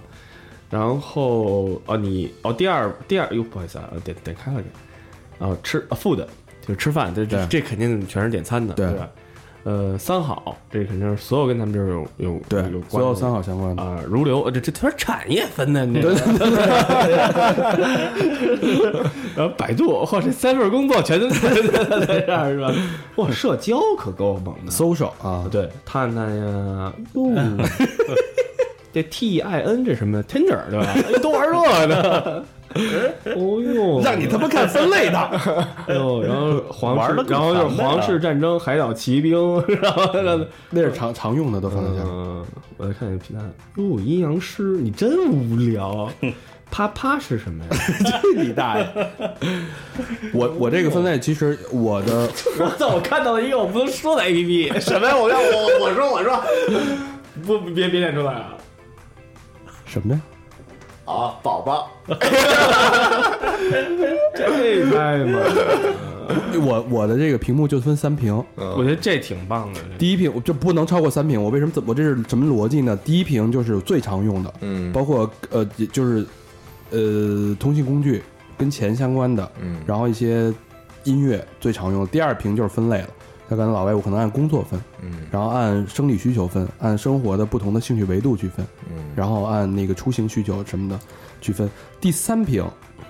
Speaker 5: 然后啊，你哦，第二第二，哟，不好意思啊，点点开了给。啊，吃啊，food 哦就是吃饭，这这
Speaker 2: 对
Speaker 5: 这肯定全是点餐的，
Speaker 2: 对
Speaker 5: 吧？呃，三好，这肯定是所有跟咱们这儿有有
Speaker 2: 对
Speaker 5: 有，关
Speaker 2: 所有
Speaker 5: 系
Speaker 2: 三好相关的，
Speaker 5: 啊、如流，呃这这它是产业分的，你这。 然后百度，嚯，这三份工作全都在这儿是吧？哇，社交可够猛的，
Speaker 2: social 啊，
Speaker 5: 对，探探呀，哟， 这 T I N 这什么 Tinder 对吧？哎都玩这呢。 哦 呦，
Speaker 2: 让你他妈看分类的，
Speaker 5: 哎呦，然 后皇
Speaker 3: 玩
Speaker 5: 室
Speaker 3: 得，够
Speaker 5: 然后就是
Speaker 3: 烦的
Speaker 5: 皇室
Speaker 3: 了
Speaker 5: 战争、海岛奇兵， 然后让他
Speaker 2: 那是常常用的都放在家。
Speaker 5: 嗯，我来看一个评论。哟，阴阳师，你真无聊啊。啪啪是什 么呀？
Speaker 2: 去你大爷！我我这个分类其实我 的
Speaker 5: 我操！我看到了一个我不能说的 APP，什么呀？我要我我说我说，不别别念出来啊！
Speaker 2: 什么呀？
Speaker 4: 啊，宝宝，
Speaker 5: 这太猛了，
Speaker 2: 我我的这个屏幕就分三屏，
Speaker 5: 我觉得这挺棒的。
Speaker 2: 第一屏就不能超过三屏。我为什么怎么我这是什么逻辑呢？第一屏就是最常用的，
Speaker 4: 嗯
Speaker 2: 包括呃也就是呃通信工具跟钱相关的，
Speaker 4: 嗯
Speaker 2: 然后一些音乐最常用的。第二屏就是分类了，像刚才老魏，我可能按工作分，
Speaker 4: 嗯
Speaker 2: 然后按生理需求分，按生活的不同的兴趣维度去分，
Speaker 4: 嗯
Speaker 2: 然后按那个出行需求什么的去分。第三屏，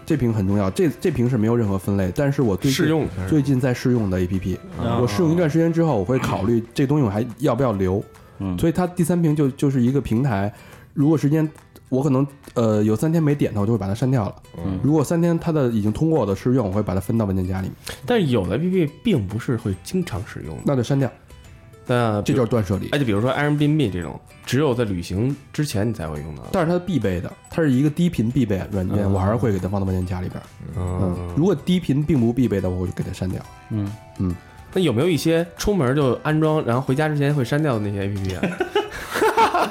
Speaker 2: 这屏很重要，这这屏是没有任何分类，但是我最近
Speaker 5: 试用一
Speaker 4: 嗯
Speaker 5: 下
Speaker 2: 最近在试用的 APP，、
Speaker 3: 啊
Speaker 2: 我试用一段时间之后，我会考虑这东西我还要不要留。
Speaker 3: 嗯
Speaker 2: 所以它第三屏就就是一个平台，如果时间我可能呃有三天没点它，我就会把它删掉了。
Speaker 3: 嗯
Speaker 2: 如果三天它的已经通过我的试用，我会把它分到文件夹里面，
Speaker 5: 但是有的 APP 并不是会经常使用的，
Speaker 2: 那就删掉，
Speaker 5: 那
Speaker 2: 这
Speaker 5: 比
Speaker 2: 就
Speaker 5: 如
Speaker 2: 是断舍离。
Speaker 5: 哎，就比如说 Airbnb 这种，只有在旅行之前你才会用到。
Speaker 2: 但是它是必备的，它是一个低频必备软件，
Speaker 5: 嗯
Speaker 2: 我还是会给它放到文件夹里边。嗯，
Speaker 5: 嗯，
Speaker 2: 如果低频并不必备的，我会给它删掉。
Speaker 3: 嗯，
Speaker 5: 那有没有一些出门就安装，然后回家之前会删掉的那些 APP 啊？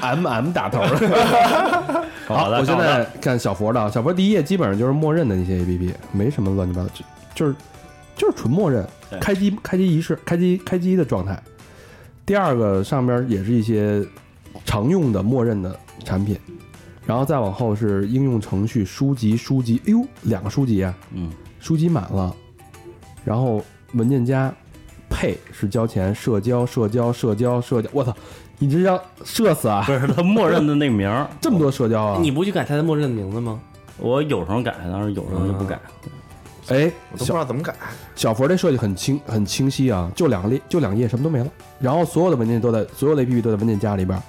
Speaker 2: M M 打头。
Speaker 3: 好的
Speaker 2: 我现
Speaker 3: 好
Speaker 2: 在
Speaker 3: 的
Speaker 2: 看小佛的啊，小佛第一页基本上就是默认的那些 A P P，没什么乱七八糟，就就是就是纯默认，
Speaker 3: 对
Speaker 2: 开机开机仪式，开机开机的状态。第二个上边也是一些常用的默认的产品，然后再往后是应用程序、书籍、书籍，哎呦，两个书籍啊，
Speaker 3: 嗯，
Speaker 2: 书籍满了，然后文件夹配是交钱，社交社交社交社交，我操，你这要社死啊！
Speaker 3: 不是他默认的那名儿，
Speaker 2: 这么多社交啊！
Speaker 5: 你不去改它的默认的名字吗？
Speaker 3: 我有时候改，但是有时候就不改。
Speaker 2: 哎，
Speaker 4: 我都不知
Speaker 2: 小
Speaker 4: 道怎么改。
Speaker 2: 小佛这设计很清很清晰啊，就两列就两页，什么都没了。然后所有的文件都在所有的 APP 都在文件夹里边儿，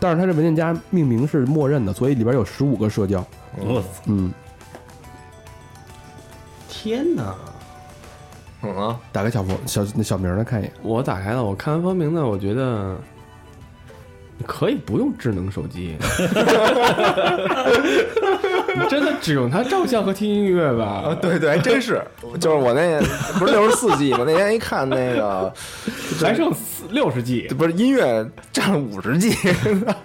Speaker 2: 但是它这文件夹命名是默认的，所以里边有十五个社交。
Speaker 3: 我操，
Speaker 2: 嗯，
Speaker 5: 天哪！
Speaker 4: 嗯啊，
Speaker 2: 打开小佛小那小名儿来看一眼。
Speaker 5: 我打开了，我看完方明呢，我觉得可以不用智能手 机，你真的只用它照相和听音乐
Speaker 4: 啊，
Speaker 5: 吧。
Speaker 4: 对对，还真是， 就是我那不是六十四 G 吗？那天一看那个，
Speaker 5: 还剩六十 G，
Speaker 4: 不是音乐占了五十 G，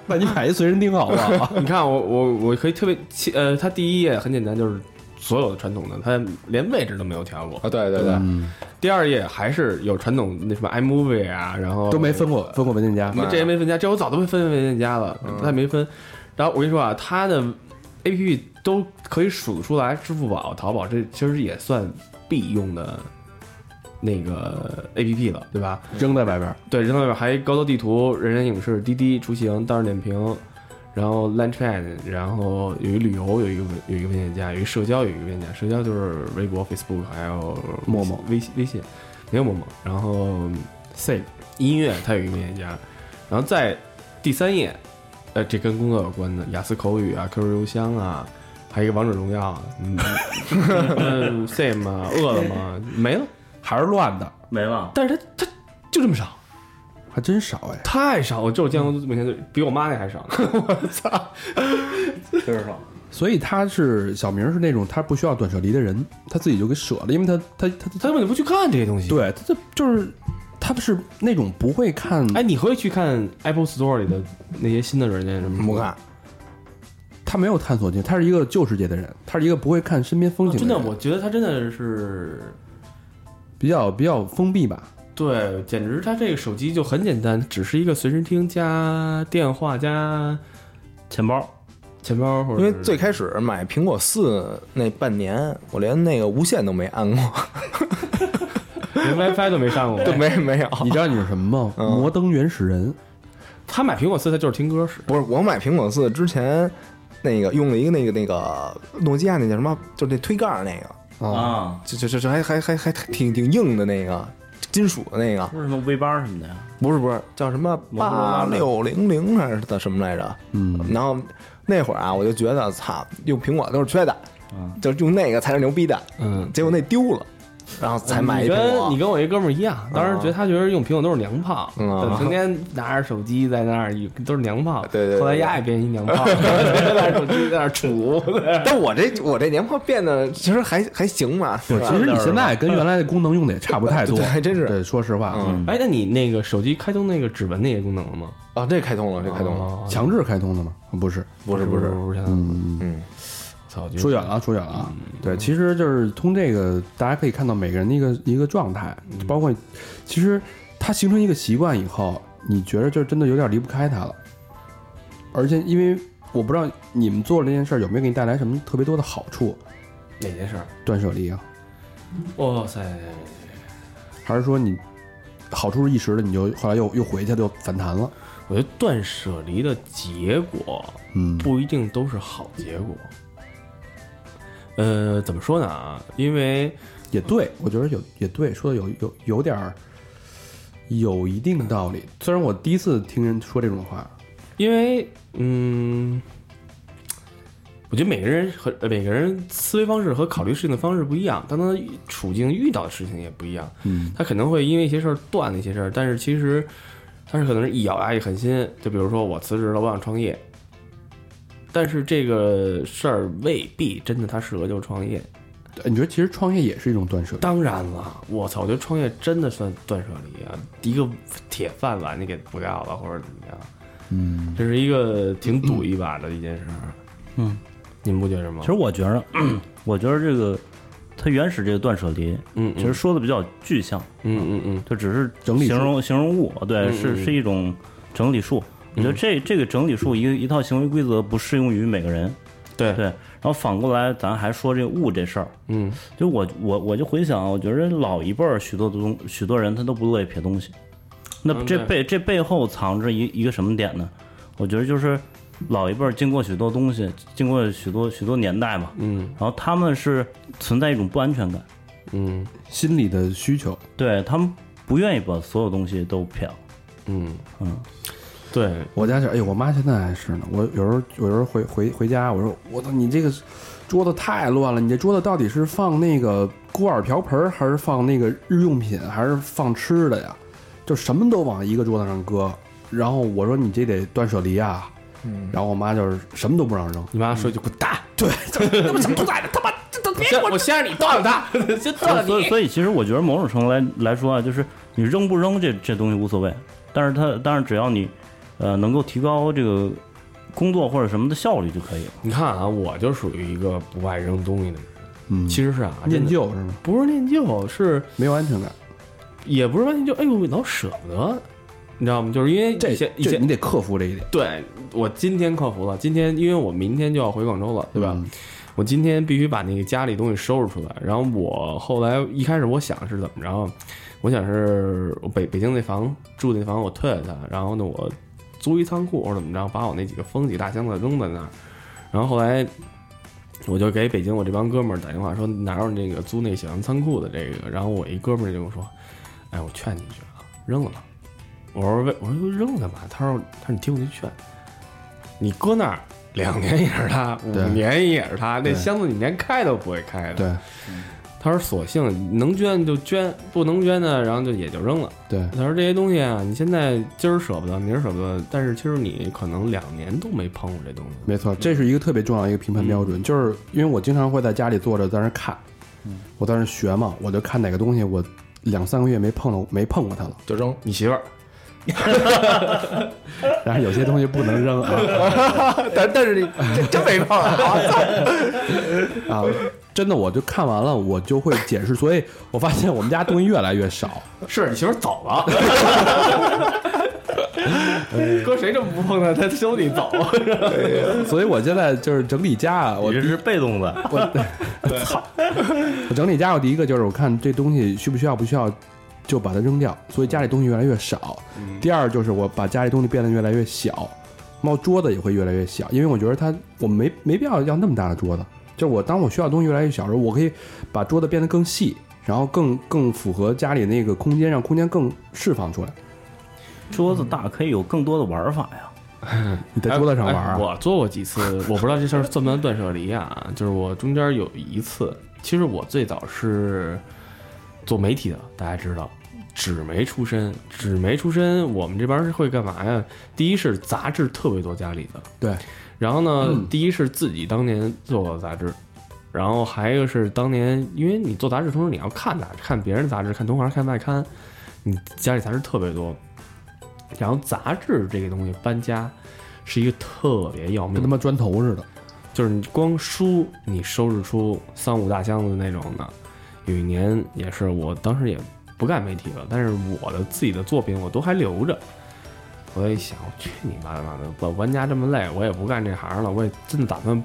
Speaker 2: 那你买一随身听好不好？
Speaker 5: 你看我我我可以特别切呃，它第一页很简单，就是所有的传统的，它连位置都没有调过。
Speaker 4: 啊，对对对，
Speaker 5: 第二页还是有传统那什么 iMovie 啊，然后
Speaker 2: 都没分过分过文件夹。
Speaker 5: 这也没分家，这我早都会分文件夹了，他也没分。然后我跟你说啊，他的 A P P 都可以数出来，支付宝、淘宝这其实也算必用的那个 A P P 了，对吧？
Speaker 2: 扔在外边儿，
Speaker 5: 对，然后还高德地图、人人影视、滴滴出行、大众点评，然后 Line Train，然后有一旅游，有一个文有一个文件夹，有一社交，有一个文件夹。社交就是微博、Facebook，还有
Speaker 2: 陌陌
Speaker 5: 微信、微信，没有陌陌。然后 Save 音乐，它有一个文件夹，然后在第三页，呃，这跟工作有关的雅思口语啊、QQ 邮箱啊。还有一个王者荣耀啊，嗯 嗯，same 啊，饿了么没了，
Speaker 2: 还是乱的，
Speaker 3: 没了。
Speaker 5: 但是它它就这么少，
Speaker 2: 还真少哎。
Speaker 5: 太少，我就见过每天都比我妈那还 少呢。
Speaker 3: 就是说，
Speaker 2: 所以他是小明是那种他不需要断舍离的人，他自己就给舍了，因为他他他他
Speaker 5: 她根本就不去看这些东西。，
Speaker 2: 对他这就是他是那种不会看
Speaker 5: 哎，你会去看 Apple Store 里的那些新的哦软件什么？
Speaker 4: 不，看，
Speaker 2: 他没有探索性，他是一个旧世界的人，他是一个不会看身边风景
Speaker 5: 真
Speaker 2: 的
Speaker 4: 啊
Speaker 5: 的，
Speaker 2: 人、
Speaker 5: 我觉得他真的是，
Speaker 2: 比较比较封闭吧。
Speaker 5: 对，简直他这个手机就很简单，只是一个随身听加电话加
Speaker 3: 钱包
Speaker 5: 钱包，或者
Speaker 4: 因为
Speaker 5: 是
Speaker 4: 最开始买苹果四那半年，我连那个无线都没按过，
Speaker 5: 连 WiFi 都没上 过。
Speaker 4: 对，没没有，
Speaker 2: 你知道你是什么吗？
Speaker 4: 啊嗯
Speaker 2: 摩登原始人，
Speaker 5: 他买苹果四，他就是听歌使。
Speaker 4: 不是我买苹果四之前，那个用了一个那个那个诺基亚那叫什么，就是那推盖儿那个，
Speaker 3: 啊，
Speaker 4: 就就就就还还还还挺挺硬的那个金属的那个，
Speaker 3: 不是什么 V 八什么的呀？
Speaker 4: 不是不是叫什么
Speaker 3: 摩托
Speaker 4: 八
Speaker 3: 罗拉的
Speaker 4: 六零零还是叫什么来着？
Speaker 2: 嗯，
Speaker 4: 然后那会儿啊，我就觉得操，用苹果都是缺的，
Speaker 3: 嗯
Speaker 4: 就用那个才是牛逼的。
Speaker 5: 嗯，
Speaker 4: 结果那丢了，然后才买
Speaker 5: 你
Speaker 4: 一啊苹果。
Speaker 5: 跟你跟我一哥们儿一样，当时觉得他觉得用苹果都是娘炮，
Speaker 4: 嗯啊
Speaker 5: 成天拿着手机在那儿都是娘炮。
Speaker 4: 对对对
Speaker 5: 后来丫也变一娘炮， 在那儿手机在那儿杵。
Speaker 4: 但我这我这年炮变得其实还还行吧，
Speaker 2: 不
Speaker 4: 是
Speaker 2: 是，
Speaker 4: 吧
Speaker 2: 其实你现在跟原来的功能用的也差不太多，
Speaker 4: 对还真是
Speaker 2: 对，说实话，啊
Speaker 4: 嗯
Speaker 5: 哎，那你那个手机开通那个指纹那个功能了吗？
Speaker 4: 啊，这开通了，这开通了，
Speaker 5: 哦
Speaker 2: 强制开通的吗？不是，
Speaker 4: 不是
Speaker 5: 不
Speaker 4: 不是，
Speaker 5: 不是，
Speaker 2: 嗯，
Speaker 4: 嗯，
Speaker 5: 操，我觉得
Speaker 2: 说远了，说远了啊。对，其实就是通这个，大家可以看到每个人的一个一个状态，包括其实他形成一个习惯以后，你觉得就真的有点离不开他了。而且，因为我不知道你们做了这件事儿有没有给你带来什么特别多的好处，
Speaker 5: 哪件事儿？
Speaker 2: 断舍离啊，
Speaker 5: 哇塞，
Speaker 2: 还是说你好处是一时的，你就后来又又回去了，又反弹了？
Speaker 5: 我觉得断舍离的结果
Speaker 2: 嗯，
Speaker 5: 不一定都是好结果。呃，怎么说呢啊？因为
Speaker 2: 也对，我觉得有也对，说的有有有点儿有一定的道理。虽然我第一次听人说这种话，
Speaker 5: 因为嗯，我觉得每个人和呃每个人思维方式和考虑事情的方式不一样，当他处境遇到的事情也不一样，
Speaker 2: 嗯，
Speaker 5: 他可能会因为一些事儿断了一些事儿，但是其实他是可能是一咬牙一狠心，就比如说我辞职了，我想创业，但是这个事儿未必真的他适合就创业。
Speaker 2: 呃你觉得其实创业也是一种断舍离？
Speaker 5: 当然了，我操，我觉得创业真的算断舍离啊，一个铁饭碗你给不要了或者怎么样，
Speaker 2: 嗯，
Speaker 5: 这是一个挺赌一把的一件事儿。
Speaker 3: 嗯，
Speaker 5: 你们不觉着吗
Speaker 3: 其？实我觉得，我觉得这个它原始这个断舍离，
Speaker 5: 嗯，
Speaker 3: 其实
Speaker 5: 嗯
Speaker 3: 说的比较具象，
Speaker 5: 嗯嗯
Speaker 3: 它只是
Speaker 2: 整理术
Speaker 3: 形容形容物，对，
Speaker 5: 嗯嗯
Speaker 3: 是
Speaker 5: 嗯
Speaker 3: 是一种整理术。我觉得这这个整理术一个一套行为规则不适用于每个人，
Speaker 5: 嗯，对
Speaker 3: 对。然后反过来，咱还说这物这事儿，
Speaker 5: 嗯
Speaker 3: 就我我我就回想，我觉得老一辈儿许多东许多人他都不乐意撇东西，那
Speaker 5: 嗯
Speaker 3: 这
Speaker 5: 对
Speaker 3: 背这背后藏着一一个什么点呢？我觉得就是老一辈儿经过许多东西，经过许多许多年代嘛，
Speaker 5: 嗯
Speaker 3: 然后他们是存在一种不安全感，
Speaker 5: 嗯
Speaker 2: 心理的需求，
Speaker 3: 对他们不愿意把所有东西都撇了，
Speaker 5: 嗯
Speaker 3: 嗯，
Speaker 5: 对，
Speaker 2: 我家是，哎呦，我妈现在还是呢。我有时候有时候回回回家，我说我操，你这个桌子太乱了，你这桌子到底是放那个锅碗瓢盆儿，还是放那个日用品，还是放吃的呀？就什么都往一个桌子上搁。然后我说你这得断舍离啊。然后我妈就是什么都不让扔，
Speaker 5: 你妈说一句滚蛋，
Speaker 2: 对，他妈什么都在这，他妈这都别
Speaker 5: 我我先让你断了他，先断了
Speaker 3: 所以
Speaker 5: 你。
Speaker 3: 所以其实我觉得某种程度来来说啊，就是你扔不扔这这东西无所谓，但是它但是只要你呃能够提高这个工作或者什么的效率就可以了。
Speaker 5: 你看啊，我就属于一个不爱扔东西的人。
Speaker 2: 嗯，
Speaker 5: 其实是啊，真
Speaker 2: 念
Speaker 5: 的
Speaker 2: 旧是吗？
Speaker 5: 不是念旧，是
Speaker 2: 没有安全感，
Speaker 5: 也不是完全就哎呦老舍不得，你知道吗？就是因为
Speaker 2: 这
Speaker 5: 以前以
Speaker 2: 这
Speaker 5: 前
Speaker 2: 你得克服这一点，
Speaker 5: 对我今天克服了，今天因为我明天就要回广州了，对吧？
Speaker 2: 嗯
Speaker 5: 我今天必须把那个家里东西收拾出来。然后我后来一开始我想是怎么着，我想是我北北京那房住那房我退了它，然后呢我租一仓库或者怎么着，把我那几个风几大箱子扔在那儿。然后后来我就给北京我这帮哥们儿打电话说哪有那个租那小型仓库的这个？然后我一哥们儿就跟我说，哎，我劝你一句啊，扔了吧。我说为我说扔了干嘛？他说他说你听不听劝，你搁那儿两年也是他， 五
Speaker 2: 对
Speaker 5: 年也是他，那
Speaker 2: 对
Speaker 5: 箱子你连开都不会开的。
Speaker 2: 对
Speaker 5: 他说索性能捐就捐，不能捐呢，然后就也就扔了。
Speaker 2: 对
Speaker 5: 他说这些东西啊，你现在今儿舍不得，明儿舍不得，但是其实你可能两年都没碰过这东西。
Speaker 2: 没错，这是一个特别重要的一个评判标准，就是因为我经常会在家里坐着在那儿看，我在那儿学嘛，我就看哪个东西我两三个月没碰了，没碰过它了。
Speaker 4: 就扔。
Speaker 5: 你媳妇儿，
Speaker 2: 但是有些东西不能扔啊
Speaker 4: 但但是你 这真没碰啊！ 我操
Speaker 2: 啊！真的，我就看完了，我就会解释，所以 我发现我们家东西越来越少。
Speaker 5: 是你媳妇儿走了，搁谁这么不碰他，他修理走。
Speaker 2: 所以我现在就是整理家啊，我
Speaker 3: 你这是被动的，
Speaker 2: 我整理家，我第一个就是我看这东西需不需要，不需要就把它扔掉，所以家里东西越来越少。
Speaker 3: 嗯
Speaker 2: 第二就是我把家里东西变得越来越小，猫桌子也会越来越小，因为我觉得它我没没必要要那么大的桌子。就是我当我需要东西越来越小的时候，我可以把桌子变得更细，然后更更符合家里那个空间，让空间更释放出来。
Speaker 3: 桌子大可以有更多的玩法呀。
Speaker 2: 你在桌子上玩
Speaker 5: 哎
Speaker 2: 啊，
Speaker 5: 我做过几次，我不知道这事儿算不算断舍离啊？就是我中间有一次，其实我最早是做媒体的，大家知道，纸媒出身，纸媒出身，我们这边是会干嘛呀？第一是杂志特别多，家里的，
Speaker 2: 对，
Speaker 5: 然后呢，
Speaker 2: 嗯
Speaker 5: 第一是自己当年做过杂志，然后还有一个是当年，因为你做杂志，同时你要看杂志，看别人的杂志，看同行，看外刊，你家里杂志特别多。然后杂志这个东西搬家是一个特别要
Speaker 2: 跟他
Speaker 5: 命的，
Speaker 2: 妈砖头似的。
Speaker 5: 就是你光书你收拾出三五大箱子那种的。有一年也是，我当时也不干媒体了，但是我的自己的作品我都还留着。我一想，我去你妈的妈的！我玩家这么累，我也不干这行了，我也真的打算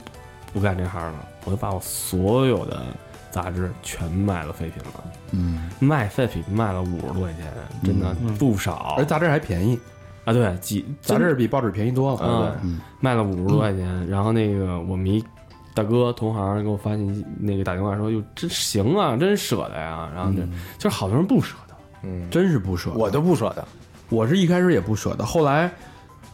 Speaker 5: 不干这行了。我就把我所有的杂志全卖了废品了，
Speaker 2: 嗯，
Speaker 5: 卖废品卖了五十多块钱，真的不少。
Speaker 2: 而杂志还便宜，
Speaker 5: 啊，对，几
Speaker 2: 杂志比报纸便宜多了。
Speaker 5: 啊，
Speaker 2: 嗯
Speaker 5: 卖了五十多块钱。然后那个我们一大哥同行给我发信息，那个打电话说：“哟，真行啊，真舍得呀。”然后就、就是好多人不舍得，
Speaker 4: 嗯，
Speaker 2: 真是不舍得。
Speaker 4: 我都不舍得。
Speaker 2: 我是一开始也不舍得，后来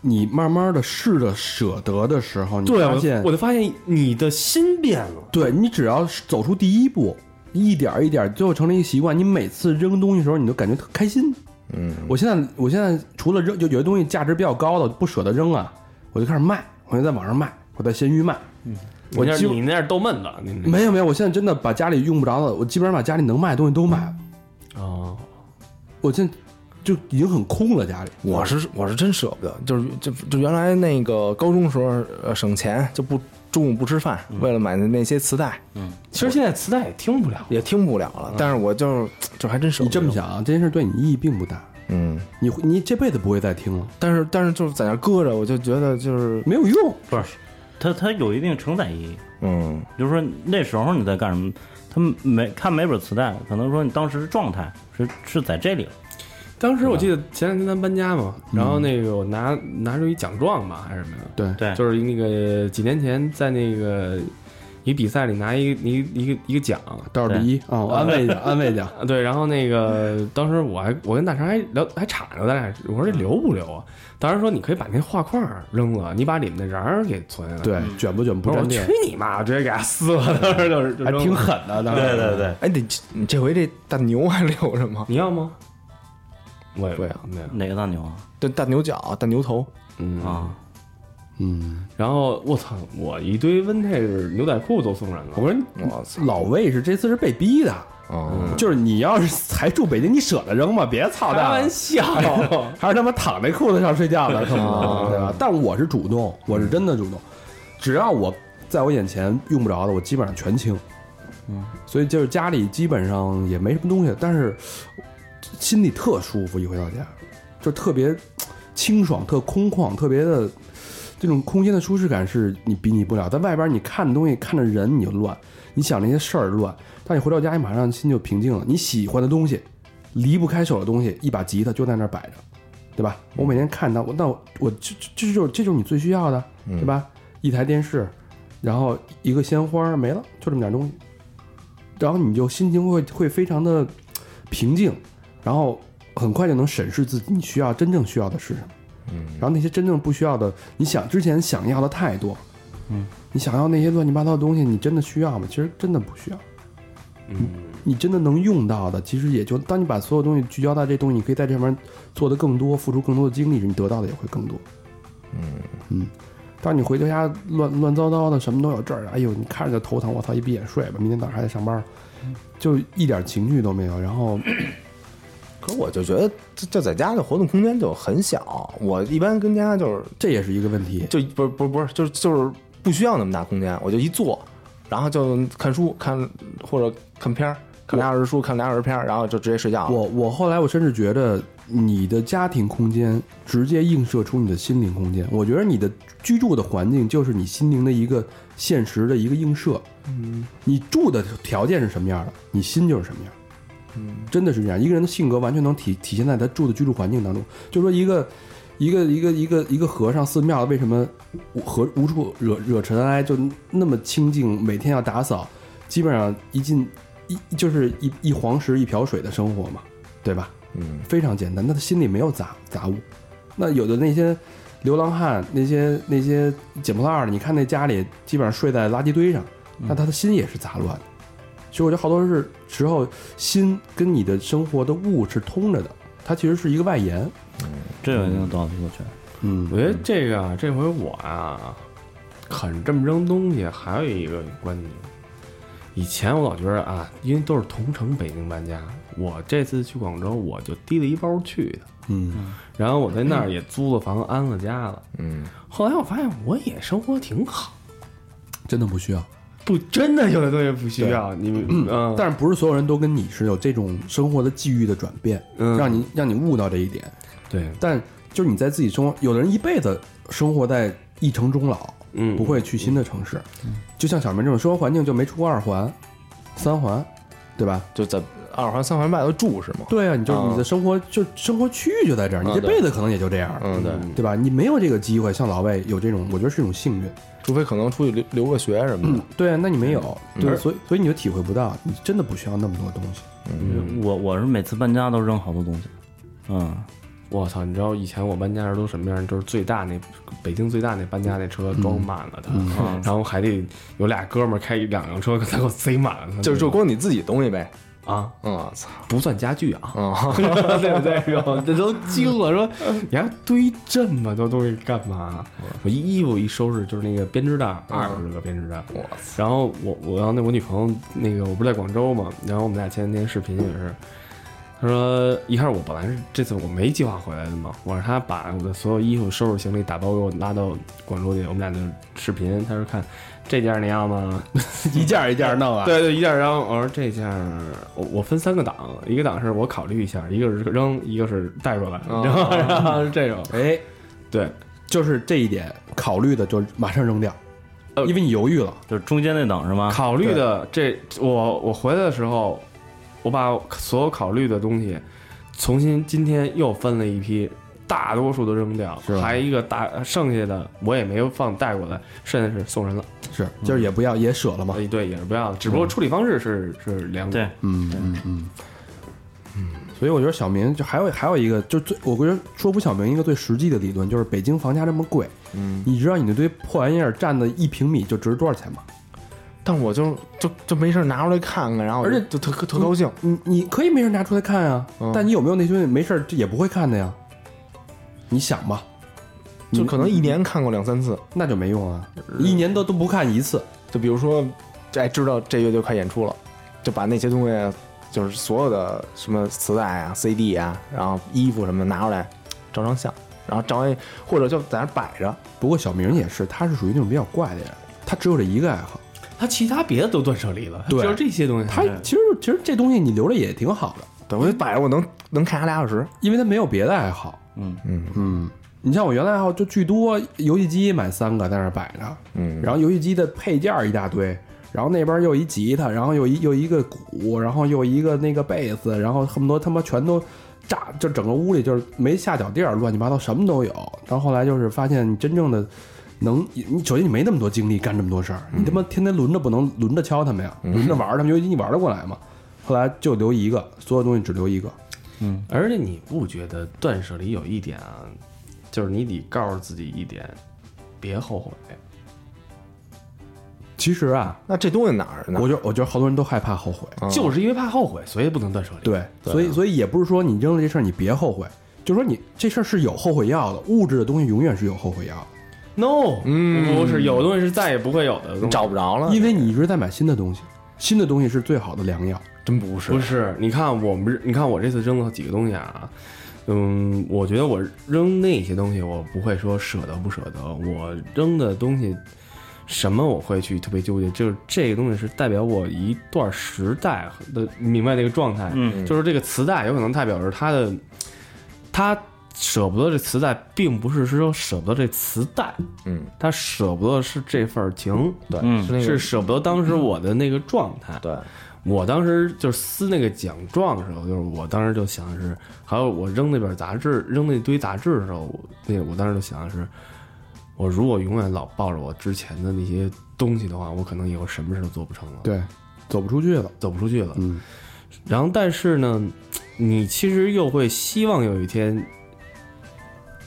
Speaker 2: 你慢慢的试着舍得的时候，你发现
Speaker 5: 啊我，我，就发现你的心变了。
Speaker 2: 对你只要是走出第一步，一点儿一点儿，最后成了一个习惯。你每次扔东西的时候，你都感觉特开心。
Speaker 4: 嗯，
Speaker 2: 我现在，我现在除了扔，就有些东西价值比较高的，我不舍得扔啊，我就开始卖，我就在网上卖，我在闲鱼卖。
Speaker 5: 我
Speaker 2: 我
Speaker 5: 那
Speaker 2: 几乎
Speaker 5: 你那是逗闷子，你那
Speaker 2: 没有没有，我现在真的把家里用不着的，我基本上把家里能卖的东西都卖了。
Speaker 5: 哦，
Speaker 2: 我现在就已经很空了，家里。
Speaker 4: 我是我是真舍不得，就是就就原来那个高中时候呃省钱就不中午不吃饭，为了买的那些磁带
Speaker 5: 其实现在磁带也听不了。
Speaker 4: 也听不了了，但是我就是就还真
Speaker 2: 嗯
Speaker 4: 舍
Speaker 2: 你
Speaker 4: 不得。
Speaker 2: 这么，想啊，这件事对你意义并不大，
Speaker 4: 嗯，
Speaker 2: 你会你这辈子不会再听了，
Speaker 4: 但是但是就是在那儿搁着，我就觉得就是
Speaker 2: 没有用。
Speaker 3: 不是，它它有一定承载意义。
Speaker 4: 嗯
Speaker 3: 比如说那时候你在干什么，他每看每本磁带，可能说你当时的状态是是在这里了。
Speaker 5: 当时我记得前两天咱搬家嘛，然后那个我拿拿着一奖状吧，还是什么呀？
Speaker 2: 对
Speaker 3: 对，
Speaker 5: 就是那个几年前在那个一比赛里拿一一一个一个奖，
Speaker 2: 倒数第一啊，我安慰一 下，安慰一下。
Speaker 5: 啊，对，然后那个当时我还我跟大肠还聊还岔着，咱俩我说这留不留啊？当时说你可以把那画框扔了，你把里面的瓤儿给存下来。，
Speaker 2: 对，卷不卷不
Speaker 5: 我说
Speaker 2: 沾
Speaker 5: 去
Speaker 2: 边，
Speaker 5: 你妈！我直接给它撕了，当时就是 就
Speaker 2: 还
Speaker 5: 扔了
Speaker 2: 挺。狠的。当时
Speaker 3: 对对对，
Speaker 4: 哎，你这你这回这大牛还留着吗？
Speaker 5: 你要吗？我也
Speaker 4: 不要
Speaker 5: 没有。
Speaker 3: 哪个大牛啊？
Speaker 4: 这大牛角、大牛头，
Speaker 5: 嗯
Speaker 3: 啊，
Speaker 2: 嗯，
Speaker 5: 然后我操，我一堆 vintage 牛仔裤都送人了。
Speaker 2: 我说
Speaker 4: 我操！
Speaker 2: 老魏是这次是被逼的，
Speaker 4: 嗯，
Speaker 2: 就是你要是还住北京，你舍得扔吗？别操
Speaker 5: 开
Speaker 2: 蛋
Speaker 5: 玩
Speaker 2: 了。
Speaker 5: 笑，
Speaker 2: 哎还是他妈躺在裤子上睡觉呢，可能
Speaker 4: 啊
Speaker 2: 对吧？但我是主动，我是真的主动，只要我在我眼前用不着的，我基本上全清。嗯，所以就是家里基本上也没什么东西，但是心里特舒服，一回到家就特别清爽、特空旷、特别的这种空间的舒适感是你比拟不了。在外边你看东西、看着人你就乱，你想那些事儿乱，但你回到家，你马上心就平静了。你喜欢的东西，离不开手的东西，一把吉他就在那儿摆着，对吧？我每天看到，我那我我这这这就是这就是你最需要的，对吧？一台电视，然后一个鲜花没了，就这么点东西，然后你就心情会会非常的平静，然后很快就能审视自己，你需要真正需要的是什么。嗯，然后那些真正不需要的，你想之前想要的太多，嗯，你想要那些乱七八糟的东西，你真的需要吗？其实真的不需要。
Speaker 5: 嗯，
Speaker 2: 你真的能用到的，其实也就当你把所有东西聚焦到这东西，你可以在这上面做的更多，付出更多的精力，你得到的也会更多。嗯嗯，当你回到家乱乱糟糟的，什么都有这儿，哎呦，你看着就头疼，我操，一闭眼睡吧，明天早上还得上班，就一点情绪都没有。然后
Speaker 4: 可我就觉得这这在家的活动空间就很小，我一般跟家就是
Speaker 2: 这也是一个问题，
Speaker 4: 就不是不是不是，就是就是不需要那么大空间，我就一坐，然后就看书看或者看片儿，看俩小时书，看俩小时片儿，然后就直接睡觉了。
Speaker 2: 我我后来我甚至觉得你的家庭空间直接映射出你的心灵空间。我觉得你的居住的环境就是你心灵的一个现实的一个映射。
Speaker 5: 嗯
Speaker 2: 你住的条件是什么样的，你心就是什么样。
Speaker 5: 嗯，
Speaker 2: 真的是这样，一个人的性格完全能体体现在他住的居住环境当中。就说一个一个一个一个一个和尚寺庙为什么无和无处惹惹尘埃，就那么清静，每天要打扫，基本上一进一就是一一黄石一瓢水的生活嘛，对吧？
Speaker 4: 嗯，
Speaker 2: 非常简单，他的心里没有杂杂物。那有的那些流浪汉，那些那些捡破烂儿的，你看那家里基本上睡在垃圾堆上，那他的心也是杂乱的。所以我觉得好多是时候，心跟你的生活的物是通着的，它其实是一个外延。
Speaker 3: 这有一定道理，我觉得。
Speaker 2: 嗯
Speaker 5: 我觉得这个啊，这回我啊，肯这么扔东西，还有一个观点。以前我老觉得啊，因为都是同城北京搬家，我这次去广州，我就提了一包去的，
Speaker 2: 嗯
Speaker 5: 然后我在那儿也租了房，安了家了。
Speaker 4: 嗯，
Speaker 5: 后来我发现我也生活挺好，
Speaker 2: 真的不需要。
Speaker 5: 不真的有的东西不需要你们，嗯，
Speaker 2: 但是不是所有人都跟你是有这种生活的际遇的转变，
Speaker 5: 嗯
Speaker 2: 让你让你悟到这一点。
Speaker 5: 对，
Speaker 2: 但就是你在自己生活，有的人一辈子生活在一城终老，
Speaker 5: 嗯，
Speaker 2: 不会去新的城市。就像小明这种生活环境就没出过二环、三环，对吧？
Speaker 4: 就在二环、三环外头住是吗？
Speaker 2: 对啊，你就
Speaker 4: 嗯
Speaker 2: 你的生活就生活区域就在这儿，你
Speaker 4: 嗯
Speaker 2: 这
Speaker 4: 对
Speaker 2: 辈子可能也就这样了，
Speaker 4: 嗯，对，
Speaker 2: 对吧？你没有这个机会像老外有这种，我觉得是一种幸运。
Speaker 4: 除非可能出去留留个学什么的。
Speaker 2: 对啊，那你没有，
Speaker 4: 嗯
Speaker 2: 对，
Speaker 4: 而
Speaker 2: 所以所以你就体会不到，你真的不需要那么多东西。
Speaker 3: 我我是每次搬家都扔好多东西，嗯，
Speaker 5: 我操！你知道以前我搬家时都什么样？就是最大那北京最大那搬家那车装满了它，
Speaker 4: 嗯
Speaker 5: 然后还得有俩哥们儿开一两辆车，才给我塞满了它。
Speaker 4: 就是就光你自己东西呗，
Speaker 5: 啊，
Speaker 4: 嗯，操，
Speaker 5: 不算家具啊，
Speaker 4: 嗯，
Speaker 5: 对不对？然后这都惊了，说你还堆这么多东西干嘛？我一衣服一收拾就是那个编织袋，二十个编织袋。
Speaker 4: 我
Speaker 5: 然后我我然后那我女朋友那个我不是在广州嘛，然后我们俩前两天视频也是，她说一开始我本来是这次我没计划回来的嘛，我让她把我的所有衣服、收拾行李、打包给我拉到广州去，我们俩就视频，她说看这件那样吗？
Speaker 2: 一件一件 弄啊，
Speaker 5: 对对，一件，然后我说这件我我分三个档，一个档是我考虑一下，一个是扔，一个是带出来，然后 然后是这种，
Speaker 2: 哎，
Speaker 5: 对，
Speaker 2: 就是这一点考虑的就马上扔掉，因为你犹豫了。
Speaker 3: 就是中间那档是吗？
Speaker 5: 考虑的这我我回来的时候，我把所有考虑的东西重新今天又分了一批，大多数都扔掉，
Speaker 2: 是吧
Speaker 5: 还一个大剩下的我也没有放带过来，剩下是送人了，
Speaker 2: 是，就是
Speaker 4: 嗯
Speaker 2: 也不要，也舍了嘛。
Speaker 5: 哎对也是不要的，只不过处理方式是是两种
Speaker 3: 对，，
Speaker 2: 嗯嗯嗯所以我觉得小明就还有还有一个，就最我觉得说服小明一个最实际的理论就是北京房价这么贵，嗯，你知道你那堆破玩意儿占的一平米就值多少钱吗？
Speaker 4: 但我就就就没事儿拿出来看看，然后
Speaker 2: 而且
Speaker 4: 就特特特高兴，
Speaker 2: 你你可以没事拿出来看啊，
Speaker 4: 嗯
Speaker 2: 但你有没有那堆没事儿这也不会看的呀？你想吧，
Speaker 4: 就可能嗯一年看过两三次。
Speaker 2: 那就没用啊，一年都都不看一次，
Speaker 4: 就比如说，哎，知道这乐队快演出了，就把那些东西，就是所有的什么磁带啊、CD 啊，然后衣服什么的拿出来照张相，然后照一或者就在那儿摆着。
Speaker 2: 不过小明也是，他是属于那种比较怪的人，他只有这一个爱好。
Speaker 5: 他其他别的都断舍离了，
Speaker 2: 对
Speaker 5: 就是这些东西，
Speaker 2: 他
Speaker 4: 嗯
Speaker 2: 其实其实这东西你留着也挺好的，
Speaker 4: 对，我就摆着，我能能看他俩小时。
Speaker 2: 因为他没有别的爱好。
Speaker 3: 嗯
Speaker 2: 嗯嗯，你像我原来爱好就巨多，游戏机买三个在那儿摆着，
Speaker 4: 嗯
Speaker 2: 然后游戏机的配件儿一大堆，然后那边又一吉他，然后又一又一个鼓，然后又一个那个贝斯，然后恨不得他妈全都炸，就整个屋里就是没下脚地儿，乱七八糟什么都有。到后来就是发现你真正的。能，你首先你没那么多精力干这么多事儿，你他妈天天轮着不能轮着敲他们呀，轮着玩儿他们，游戏机你玩得过来吗？后来就留一个，所有东西只留一个，
Speaker 5: 而且你不觉得断舍离有一点啊，就是你得告诉自己一点，别后悔，
Speaker 2: 其实啊，
Speaker 4: 那这东西哪儿呢？
Speaker 2: 我觉得我觉得好多人都害怕后悔，
Speaker 4: 嗯
Speaker 5: 就是因为怕后悔，所以不能断舍离。
Speaker 2: 对，所以所以也不是说你扔了这事儿你别后悔，就说你这事儿是有后悔药的，物质的东西永远是有后悔药的，
Speaker 5: No，
Speaker 4: 嗯
Speaker 5: 不是，有的东西是再也不会有的东西。
Speaker 4: 找不着了，
Speaker 2: 因为你一直在买新的东西，新的东西是最好的良药。
Speaker 4: 真不是
Speaker 5: 不是，你看我们，你看我这次扔了几个东西啊，嗯，我觉得我扔那些东西，我不会说舍得不舍得，我扔的东西，什么我会去特别纠结，就是这个东西是代表我一段时代的，明白那个状态，
Speaker 3: 嗯
Speaker 5: 就是这个磁带有可能代表着它的他舍不得这磁带，并不是说舍不得这磁带，
Speaker 4: 嗯，
Speaker 5: 他舍不得是这份儿情，
Speaker 4: 对，
Speaker 3: 嗯
Speaker 4: 是那
Speaker 5: 是
Speaker 4: 个，
Speaker 5: 舍不得当时我的那个状态。
Speaker 4: 对，
Speaker 5: 我当时就是撕那个奖状的时候，就是我当时就想的是，还有我扔那本杂志，扔那堆杂志的时候，我那我当时就想的是，我如果永远老抱着我之前的那些东西的话，我可能以后什么事都做不成了，
Speaker 2: 对，走不出去了。
Speaker 5: 走不出去了。
Speaker 2: 嗯，
Speaker 5: 然后，但是呢，你其实又会希望有一天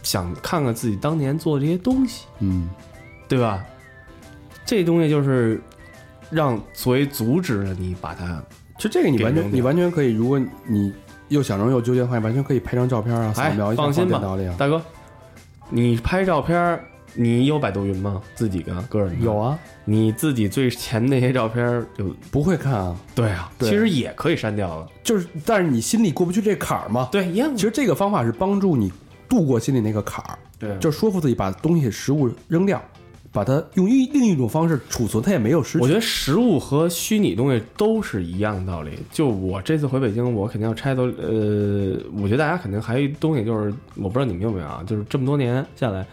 Speaker 5: 想看看自己当年做的这些东西，
Speaker 2: 嗯，
Speaker 5: 对吧？这东西就是让所谓阻止了你把它
Speaker 2: 其实这个你完
Speaker 5: 给扔
Speaker 2: 全你
Speaker 5: 掉
Speaker 2: 完全可以，如果你又想扔又纠结的话，你完全可以拍张照片啊，扫
Speaker 5: 哎
Speaker 2: 描一下
Speaker 5: 放
Speaker 2: 放
Speaker 5: 心吧
Speaker 2: 电脑里啊。
Speaker 5: 大哥，你拍照片儿，你有百度云吗？自己的个人的
Speaker 2: 有，啊，
Speaker 5: 你自己最前那些照片儿有。
Speaker 2: 不会看啊，
Speaker 5: 对啊，
Speaker 2: 对
Speaker 5: 其实也可以删掉了。
Speaker 2: 就是但是你心里过不去这坎儿嘛。，
Speaker 5: 对，一样
Speaker 2: 其实这个方法是帮助你度过心里那个坎儿，
Speaker 5: 对，啊
Speaker 2: 就是说服自己把东西食物扔掉，把它用一另一种方式储存，它也没有失
Speaker 5: 我
Speaker 2: 去。
Speaker 5: 觉得实物和虚拟东西都是一样的道理。就我这次回北京，我肯定要拆走。呃，我觉得大家肯定还有一东西，就是我不知道你们有没有啊，就是这么多年下来，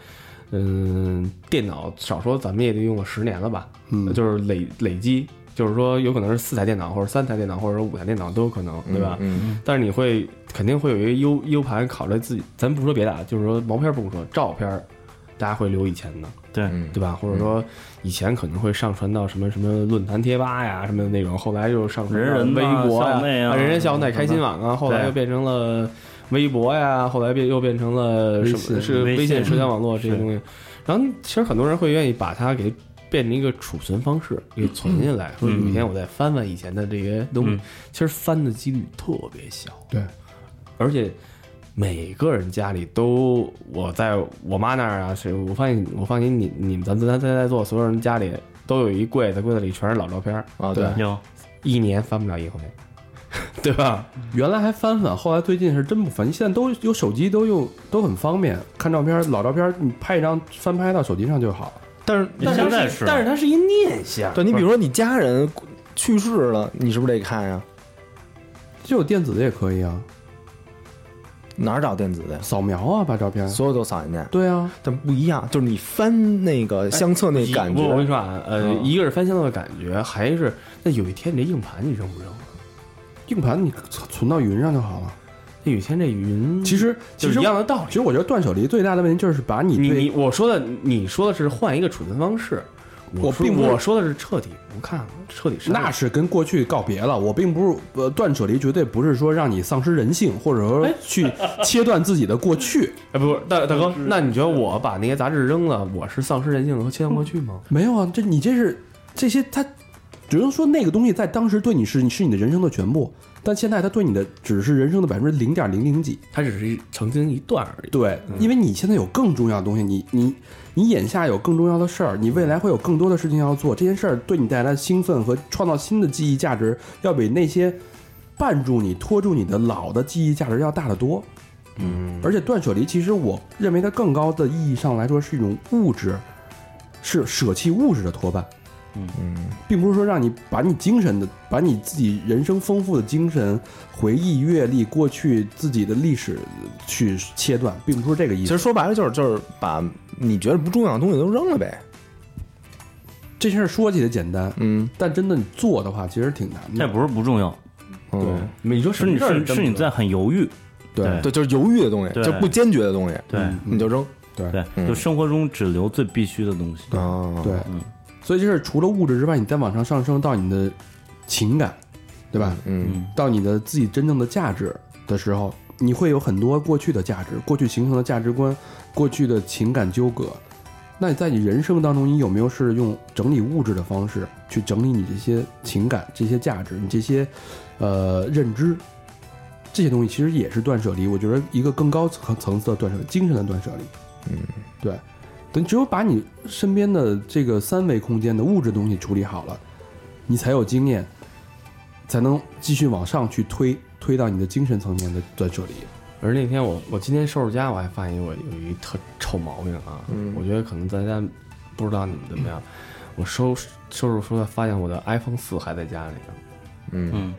Speaker 5: 嗯、电脑少说咱们也得用了十年了吧，
Speaker 2: 嗯
Speaker 5: 就是累累积，就是说有可能是四台电脑，或者三台电脑，或者说五台电脑都有可能，对吧？
Speaker 4: 嗯，
Speaker 5: 但是你会肯定会有一个 U U 盘考虑自己，咱不说别的啊，就是说毛片不说，照片儿大家会留以前的，
Speaker 3: 对
Speaker 4: 嗯
Speaker 5: 对吧？或者说以前可能会上传到什么什么论坛贴吧呀，什么那种，后来又上传到
Speaker 3: 人人呐
Speaker 5: 微博呀
Speaker 3: 校内啊嗯
Speaker 5: 人人校内开心网啊，后来
Speaker 3: 对
Speaker 5: 又变成了微博呀，后来变又变成了
Speaker 2: 微
Speaker 5: 什么
Speaker 2: 信
Speaker 5: 是
Speaker 3: 微
Speaker 5: 微信
Speaker 3: 信
Speaker 5: 社交网络这些东西。然后其实很多人会愿意把它给变成一个储存方式，给存下来，说有一天我再翻翻以前的这些东西
Speaker 3: 嗯，
Speaker 5: 其实翻的几率特别小。
Speaker 2: 对，
Speaker 5: 而且每个人家里都，我在我妈那儿啊，是我发现我发现你你们咱咱咱在座所有人家里都有一柜子，柜子里全是老照片儿，
Speaker 4: 啊，对，
Speaker 3: 有
Speaker 5: 一年翻不了一回， 对吧？
Speaker 2: 原来还翻翻，后来最近是真不翻。现在都有手机，都用都很方便，看照片，老照片你拍一张翻拍到手机上就好。
Speaker 4: 但是
Speaker 3: 但现在是
Speaker 5: 但是它是一念想，
Speaker 4: 对你比如说你家人去世了，你是不是得看呀？
Speaker 2: 就有电子的也可以啊，
Speaker 4: 哪儿找电子的呀？
Speaker 2: 扫描啊，把照片。
Speaker 4: 所有都扫进去，
Speaker 2: 对啊，
Speaker 4: 但不一样，就是你翻那个相册那感
Speaker 5: 我我跟你
Speaker 4: 觉，
Speaker 5: 说啊，呃，
Speaker 4: 嗯
Speaker 5: 一个是翻箱的感觉，还是那有一天你这硬盘你扔不扔？啊
Speaker 2: 硬盘你存存到云上就好了。
Speaker 5: 那有一天这云
Speaker 2: 其实其
Speaker 5: 就是
Speaker 2: 实
Speaker 5: 一样的道
Speaker 2: 其
Speaker 5: 理。
Speaker 2: 实我觉得断舍离最大的问题就是把你
Speaker 5: 你
Speaker 2: 对
Speaker 5: 你我说的你说的是换一个储存方式，
Speaker 2: 我
Speaker 5: 说
Speaker 2: 并不是
Speaker 5: 我说的是彻底不看了，彻底删了
Speaker 2: 那是跟过去告别了。我并不是呃，断舍离绝对不是说让你丧失人性，或者说去切断自己的过去。
Speaker 5: 哎，不是大大哥，那你觉得我把那些杂志扔了，我是丧失人性和切断过去吗？
Speaker 2: 没有啊，这你这是这些，它只能说那个东西在当时对你是你是你的人生的全部，但现在它对你的只是人生的百分之零点零零几。嗯
Speaker 5: 它只是一曾经一段而已。
Speaker 2: 对，因为你现在有更重要的东西，你你你眼下有更重要的事儿，你未来会有更多的事情要做，这件事儿对你带来的兴奋和创造新的记忆价值，要比那些绊住你、拖住你的老的记忆价值要大得多。嗯，而且断舍离，其实我认为它更高的意义上来说是一种物质，是舍弃物质的拖绊。
Speaker 4: 嗯，
Speaker 2: 并不是说让你把你精神的、把你自己人生丰富的精神、回忆、阅历、过去自己的历史去切断，并不是这个意
Speaker 4: 其
Speaker 2: 思
Speaker 4: 实。说白了就是就是把你觉得不重要的东西都扔了呗，
Speaker 2: 这事儿说起来简单，
Speaker 4: 嗯，
Speaker 2: 但真的你做的话，其实挺难
Speaker 3: 这
Speaker 2: 的。
Speaker 3: 不是不重要，
Speaker 4: 嗯
Speaker 5: 你说
Speaker 3: 是你是是你在很犹豫，
Speaker 2: 对
Speaker 4: 对，就是犹豫的东西，
Speaker 3: 对
Speaker 4: 就是不坚决的东西，
Speaker 3: 对
Speaker 4: 你就扔，
Speaker 3: 对
Speaker 4: 嗯，
Speaker 3: 就生活中只留最必须的东西。
Speaker 4: 啊，
Speaker 2: 对
Speaker 3: 嗯，
Speaker 2: 所以这事儿除了物质之外，你再往上上升到你的情感，对吧？
Speaker 4: 嗯，
Speaker 3: 嗯，
Speaker 2: 到你的自己真正的价值的时候，你会有很多过去的价值、过去形成的价值观、过去的情感纠葛。那你在你人生当中，你有没有是用整理物质的方式去整理你这些情感、这些价值、你这些呃认知？这些东西其实也是断舍离，我觉得一个更高层层次的断舍离，精神的断舍离。嗯，对，等只有把你身边的这个三维空间的物质东西处理好了，你才有经验，才能继续往上去推，推到你的精神层面的断舍离。
Speaker 5: 而那天我我今天收拾家，我还发现我有一特臭毛病啊，我觉得可能大家不知道你们怎么样。我收拾收拾出来，发现我的 iPhone 四还在家里呢，
Speaker 4: 嗯
Speaker 3: 嗯，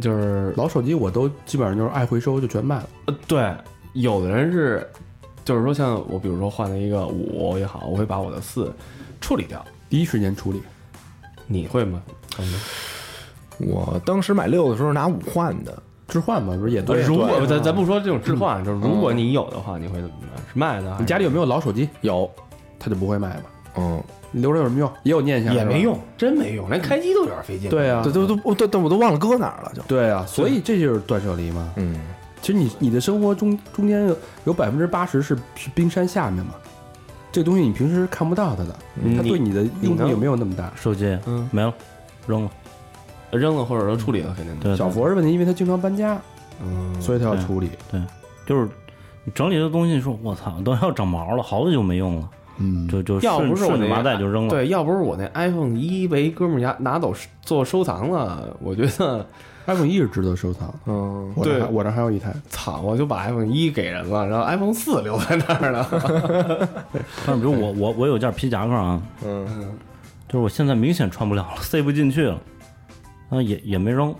Speaker 5: 就是
Speaker 2: 老手机我都基本上就是爱回收就全卖了，
Speaker 5: 呃对，有的人是，就是说像我，比如说换了一个五也好，我会把我的四处理掉。
Speaker 2: 第一时间处理。
Speaker 5: 你会吗？张哥
Speaker 4: 我当时买六的时候拿五换的，
Speaker 2: 置换嘛，不是也
Speaker 5: 呃
Speaker 2: 对？
Speaker 5: 如果咱咱不说这种置换，就是如果你有的话，你会怎么办？是卖呢？
Speaker 2: 你家里有没有老手机？
Speaker 4: 有，
Speaker 2: 他就不会卖嘛。
Speaker 4: 嗯，
Speaker 2: 你留着有什么用？也有念想，
Speaker 5: 也
Speaker 2: 是吧
Speaker 5: 没。用，真没用，连开机都有点费劲。
Speaker 2: 对啊
Speaker 4: 这，都都我都都我都忘了搁哪儿了就，
Speaker 2: 对啊，所以这就是断舍离嘛。
Speaker 4: 嗯，
Speaker 2: 其实你你的生活中中间有有百分之八十是是冰山下面嘛，这东西你平时看不到它的，
Speaker 5: 嗯
Speaker 2: 它
Speaker 5: 你
Speaker 2: 对你的用
Speaker 5: 你
Speaker 2: 处
Speaker 5: 呢
Speaker 2: 也没有那么大。
Speaker 3: 手机
Speaker 5: 嗯，
Speaker 3: 没了，扔了。
Speaker 5: 扔了或者说处理了肯定的。
Speaker 3: 对，
Speaker 2: 小佛的问题，因为他经常搬家，
Speaker 5: 嗯，
Speaker 2: 所以他要处理。
Speaker 3: 就是你整理的东西你说，我操， 都要长毛了，好久没用了，
Speaker 2: 嗯，
Speaker 3: 就就
Speaker 5: 要
Speaker 3: 顺
Speaker 5: 不是我
Speaker 3: 顺着
Speaker 5: 那
Speaker 3: 麻袋就扔了。
Speaker 5: 对，要不是我那 iPhone 一被哥们儿家拿走做收藏了，我觉得
Speaker 2: iPhone 一是值得收藏，
Speaker 4: 嗯，
Speaker 2: 我这
Speaker 5: 对
Speaker 2: 还我这还有一台，
Speaker 5: 操，我就把 iPhone 一给人了，然后 iPhone 四留在那儿了。
Speaker 3: 但是比如我我我有件皮夹克啊，
Speaker 4: 嗯，
Speaker 3: 就是我现在明显穿不了了， 塞不进去了，啊也也没扔，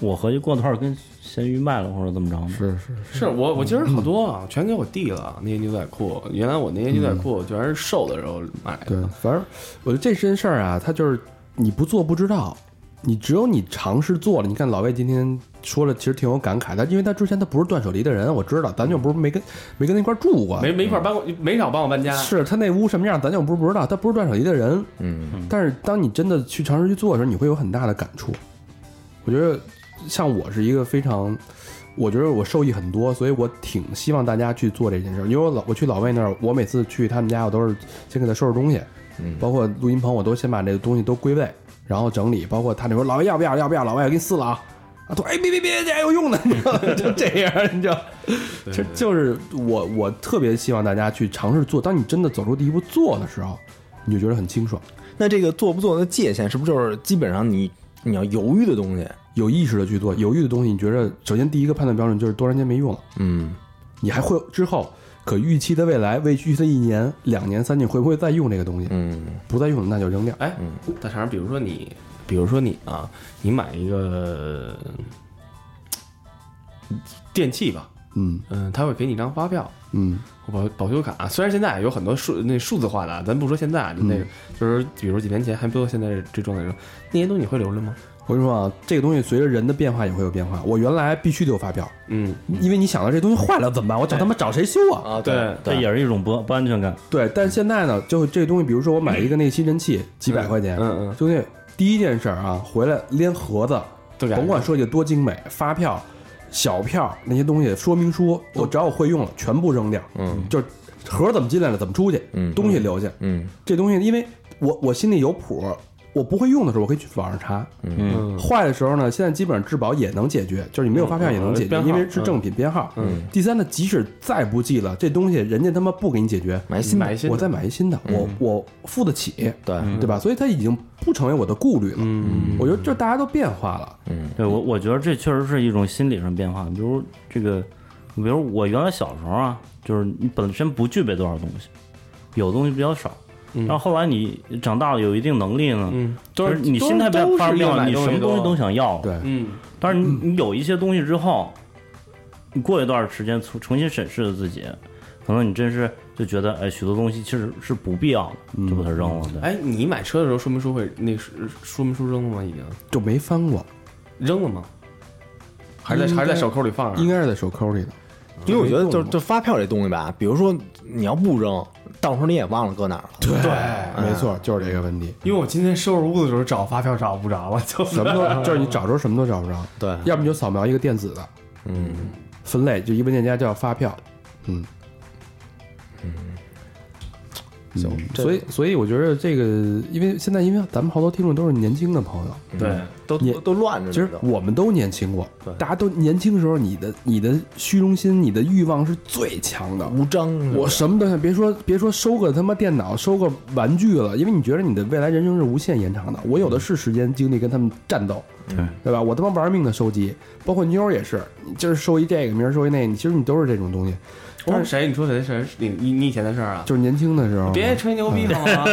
Speaker 3: 我合计过段儿跟咸鱼卖了或者怎么着呢？
Speaker 2: 是是，
Speaker 5: 是我我今儿好多啊，全给我弟了那些牛仔裤。原来我那些
Speaker 2: 嗯
Speaker 5: 牛仔裤全是瘦的时候买的。
Speaker 2: 对，反正我觉得这件事儿啊，它就是你不做不知道，你只有你尝试做了。你看老魏今天说了，其实挺有感慨的，因为他之前他不是断舍离的人，我知道，咱就不是没跟没跟那块儿住过，
Speaker 5: 没没一块儿搬过，没少帮我搬家。
Speaker 2: 是他那屋什么样，咱就不是不知道，他不是断舍离的人，
Speaker 4: 嗯，
Speaker 2: 但是当你真的去尝试去做的时候，你会有很大的感触。我觉得像我是一个非常，我觉得我受益很多，所以我挺希望大家去做这件事儿。因为我老我去老魏那儿，我每次去他们家，我都是先给他收拾东西，
Speaker 4: 嗯
Speaker 2: 包括录音棚，我都先把这个东西都归位，然后整理。包括他那时候，老魏要不要？要不要？老魏我给你撕了啊！啊，他说哎别别别，这还有用呢，你知道吗？ 就这样，你知道。就就是我，我特别希望大家去尝试做。当你真的走出第一步做的时候，你就觉得很清爽。
Speaker 4: 那这个做不做的界限是不是就是基本上你你要犹豫的东西？
Speaker 2: 有意识的去做，有意的东西，你觉着首先第一个判断标准就是多长时间没用了，
Speaker 4: 嗯，
Speaker 2: 你还会之后可预期的未来，未预期的一年、两年、三年会不会再用这个东西？
Speaker 4: 嗯
Speaker 2: 不再用了那就扔掉。
Speaker 5: 哎，大肠，比如说你，比如说你啊，你买一个呃电器吧，
Speaker 2: 嗯
Speaker 5: 嗯，他会给你一张发票，
Speaker 2: 嗯
Speaker 5: 保保修卡。虽然现在有很多数那数字化的啊，咱不说现在啊，就
Speaker 2: 嗯
Speaker 5: 那个，就是比如几年前，还不到现在这状态中，那些东西你会留着吗？
Speaker 2: 我跟你说啊，这个东西随着人的变化也会有变化。我原来必须得有发票，
Speaker 5: 嗯，
Speaker 2: 因为你想到这东西坏了怎么办？我找他妈找谁修啊？
Speaker 4: 啊，
Speaker 5: 对，
Speaker 3: 这也是一种不不安全感。
Speaker 2: 对，但现在呢，就这东西，比如说我买一个那个吸尘器，几百块钱，
Speaker 5: 嗯嗯
Speaker 2: 兄弟，第一件事儿啊，回来连盒子，
Speaker 5: 都改
Speaker 2: 甭管设计得多精美，发票、小票那些东西、说明书，我只要我会用了，全部扔掉。
Speaker 4: 嗯，
Speaker 2: 就是盒儿怎么进来了，怎么出去，
Speaker 4: 嗯
Speaker 2: 东西留下。
Speaker 4: 嗯
Speaker 2: 这东西，因为我我心里有谱，我不会用的时候，我可以去网上查。
Speaker 3: 嗯，
Speaker 2: 坏的时候呢，现在基本上质保也能解决，就是你没有发票也能解决，
Speaker 5: 嗯嗯嗯
Speaker 2: 因为是正品编号。
Speaker 5: 嗯，
Speaker 2: 第三呢，即使再不济了，这东西人家他妈不给你解决，
Speaker 4: 买新的
Speaker 5: 买嗯一新的
Speaker 2: 嗯我再买一新的，我我付得起，
Speaker 4: 对，
Speaker 2: 对吧？所以它已经不成为我的顾虑了。嗯，我觉得就大家都变化了。
Speaker 3: 对我我觉得这确实是一种心理上变化。比如这个，比如我原来小时候啊，就是你本身不具备多少东西，有东西比较少。然后后来你长大了有一定能力呢，
Speaker 5: 嗯，
Speaker 3: 就
Speaker 5: 都
Speaker 3: 是
Speaker 5: 是
Speaker 3: 你心态
Speaker 5: 都
Speaker 3: 变
Speaker 5: 是
Speaker 3: 发生变
Speaker 5: 要
Speaker 3: 化，
Speaker 5: 买
Speaker 3: 你什么东西都想要。
Speaker 2: 对，
Speaker 5: 嗯，
Speaker 3: 但是你你有一些东西之后，你过一段时间重重新审视了自己，可能你真是就觉得，哎，许多东西其实是不必要的，就把它扔了。对，
Speaker 5: 哎，你买车的时候说明书会那是说明书扔了吗？已经
Speaker 2: 就没翻过，
Speaker 5: 扔了吗？还是在
Speaker 2: 应该
Speaker 5: 还是在手扣里放着？
Speaker 2: 应该是在手抠里的。
Speaker 4: 因为我觉得就是就发票这东西吧，比如说你要不扔，到时候你也忘了搁哪儿了。
Speaker 2: 对，没错，就是这个问题。
Speaker 5: 因为我今天收拾屋子的时候找发票找不着了，就
Speaker 2: 什么都就是你找着什么都找不着，
Speaker 4: 对
Speaker 2: 要么你就扫描一个电子的，
Speaker 4: 嗯，
Speaker 2: 分类，就一文件夹叫发票，嗯嗯，行，所以所以我觉得这个，因为现在因为咱们好多听众都是年轻的朋友，
Speaker 5: 对，
Speaker 4: 都
Speaker 2: 你
Speaker 4: 都都乱着呢。
Speaker 2: 其实
Speaker 4: 都
Speaker 2: 我们都年轻过
Speaker 4: 对，
Speaker 2: 大家都年轻时候，你的你的虚荣心、你的欲望是最强的。
Speaker 4: 无章，
Speaker 2: 我什么都想，别说别说收个他妈电脑、收个玩具了，因为你觉得你的未来人生是无限延长的。我有的是时间精力跟他们战斗，
Speaker 3: 对
Speaker 2: 对吧？我他妈玩命的收集，包括妞儿也是，你今儿收一这个，明儿收一那个，你其实你都是这种东西。
Speaker 5: 哦，谁？你说谁？谁？你你你以前的事儿啊？
Speaker 2: 就是年轻的时候，
Speaker 5: 别吹牛逼 好吗？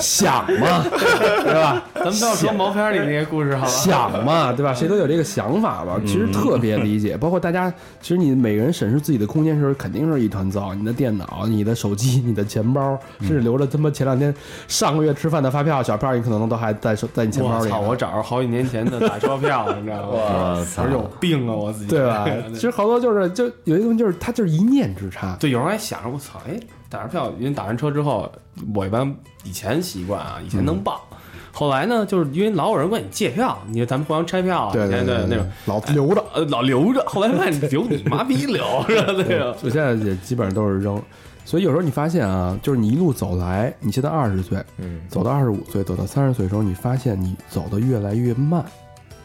Speaker 2: 想嘛，对吧？
Speaker 5: 咱们不要说毛片里那些故事好 吗？
Speaker 2: 想嘛，对吧？谁都有这个想法吧？其实特别理 解，包括大家，其实你每个人审视自己的空间的时候，肯定是一团糟。你的电脑、你的手机、你的钱包，甚至留着他妈前两天上个月吃饭的发票、小票，你可能都还在手在你钱包
Speaker 5: 我
Speaker 2: 里呢。
Speaker 5: 操！我找着好几年前的打车票了，你知道 吗？
Speaker 3: 我操
Speaker 5: 我有病啊！我自己
Speaker 2: 对 吧？其实好多就是就有一东西就是它就是一念之差，
Speaker 5: 对，有时候还想着我操，哎，打完票，因为打完车之后，我一般以前习惯啊，以前
Speaker 2: 嗯
Speaker 5: 能报，后来呢，就是因为老有人管你借票，你咱们互相拆票啊，
Speaker 2: 对
Speaker 5: 以前
Speaker 2: 对
Speaker 5: 那种，
Speaker 2: 老留着。
Speaker 5: 呃，老留着，后来发现留你妈逼留着，对吧？
Speaker 2: 我现在也基本上都是扔，所以有时候你发现啊，就是你一路走来，你现在二十岁，
Speaker 4: 嗯，
Speaker 2: 走到二十五岁，走到三十岁的时候，你发现你走得越来越慢，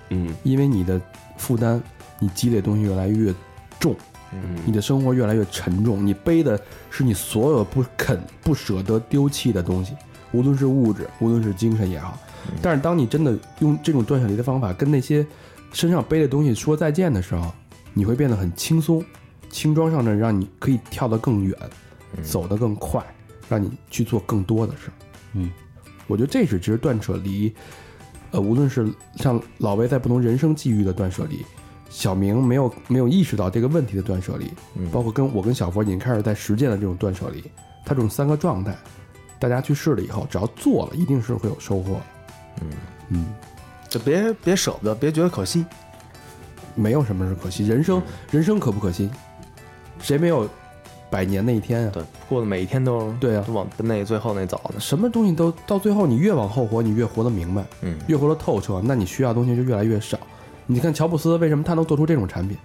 Speaker 5: 嗯
Speaker 2: 因为你的负担，你积累的东西越来越重，
Speaker 4: 嗯，
Speaker 2: 你的生活越来越沉重，你背的是你所有不肯不舍得丢弃的东西，无论是物质，无论是精神也好。
Speaker 4: 嗯
Speaker 2: 但是当你真的用这种断舍离的方法跟那些身上背的东西说再见的时候，你会变得很轻松，轻装上阵，让你可以跳得更远，
Speaker 4: 嗯
Speaker 2: 走得更快，让你去做更多的事儿。
Speaker 3: 嗯，
Speaker 2: 我觉得这是其实断舍离，呃，无论是像老魏在不同人生际遇的断舍离，小明没有没有意识到这个问题的断舍离，包括跟我跟小佛已经开始在实践的这种断舍离，它这种三个状态，大家去试了以后，只要做了，一定是会有收获的。嗯嗯，
Speaker 4: 就别别舍不得，别觉得可惜，
Speaker 2: 没有什么是可惜，人生人生可不可惜？谁没有百年那一天啊？
Speaker 4: 对，过的每一天都
Speaker 2: 对啊
Speaker 4: 都往奔那最后那走的，
Speaker 2: 什么东西都到最后，你越往后活，你越活得明白，
Speaker 4: 嗯
Speaker 2: 越活得透彻，那你需要的东西就越来越少。你看乔布斯为什么他能做出这种产品？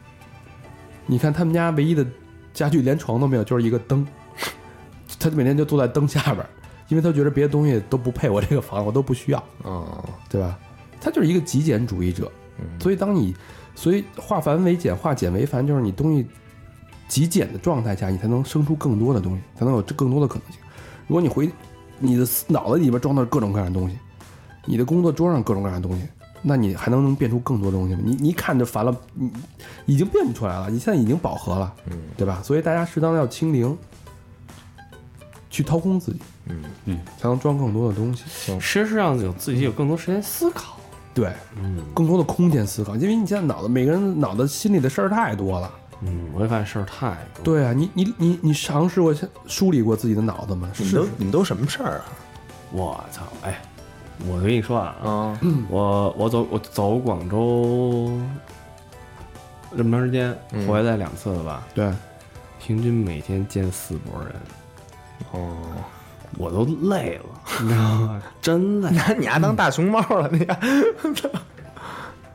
Speaker 2: 你看他们家唯一的家具连床都没有，就是一个灯， 他每天就坐在灯下边儿，因为他觉得别的东西都不配我这个房，我都不需要，
Speaker 4: 哦，
Speaker 2: 对吧？嗯他就是一个极简主义者，所以当你所以化繁为简，化简为繁，就是你东西极简的状态下，你才能生出更多的东西，才能有更多的可能性。如果你回你的脑子里边装的是各种各样的东西，你的工作桌上各种各样的东西，那你还能能变出更多的东西吗？你你一看就烦了，你已经变不出来了，你现在已经饱和了，对吧？所以大家适当的要清零，去掏空自己，
Speaker 4: 嗯
Speaker 3: 嗯，
Speaker 2: 才能装更多的东西。
Speaker 5: 事实上，有自己有更多时间思考。
Speaker 2: 对，
Speaker 5: 嗯
Speaker 2: 更多的空间思考，因为你现在脑子每个人脑子心里的事儿太多了。
Speaker 5: 嗯，我也发现事儿太多。
Speaker 2: 对啊，你你你你尝试过梳理过自己的脑子吗？
Speaker 4: 你们
Speaker 2: 是
Speaker 4: 都你们都什么事儿啊？
Speaker 5: 我操！哎，我跟你说啊，
Speaker 2: 嗯
Speaker 4: 啊，
Speaker 5: 我我走我走广州这么长时间，
Speaker 4: 嗯
Speaker 5: 回来两次了吧，
Speaker 2: 对，
Speaker 5: 平均每天见四波人，
Speaker 4: 哦，
Speaker 5: 我都累了，你知道吗？真累，
Speaker 4: 那 你还当大熊猫了？你还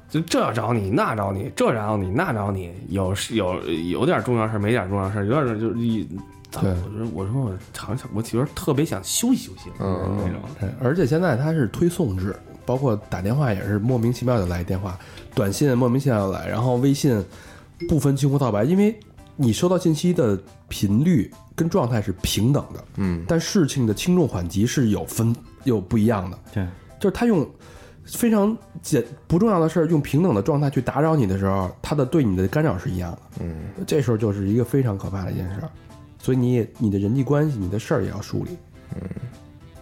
Speaker 5: 就这找你那找你，这找你那找你，有事有有点重要事儿，没点重要事儿，有点就是一。操
Speaker 2: 对
Speaker 5: 我说，我说我尝尝，我其实特别想休息休息，
Speaker 4: 嗯
Speaker 5: 那种。
Speaker 2: 对，而且现在它是推送制，包括打电话也是莫名其妙就来电话，短信啊莫名其妙地来，然后微信不分青红皂白，因为你收到信息的频率跟状态是平等的，
Speaker 4: 嗯，
Speaker 2: 但事情的轻重缓急是有分有不一样的。
Speaker 3: 对，
Speaker 2: 就是他用非常简不重要的事儿，用平等的状态去打扰你的时候，他的对你的干扰是一样的。
Speaker 4: 嗯，
Speaker 2: 这时候就是一个非常可怕的一件事儿，所以你也你的人际关系、你的事儿也要梳理，嗯，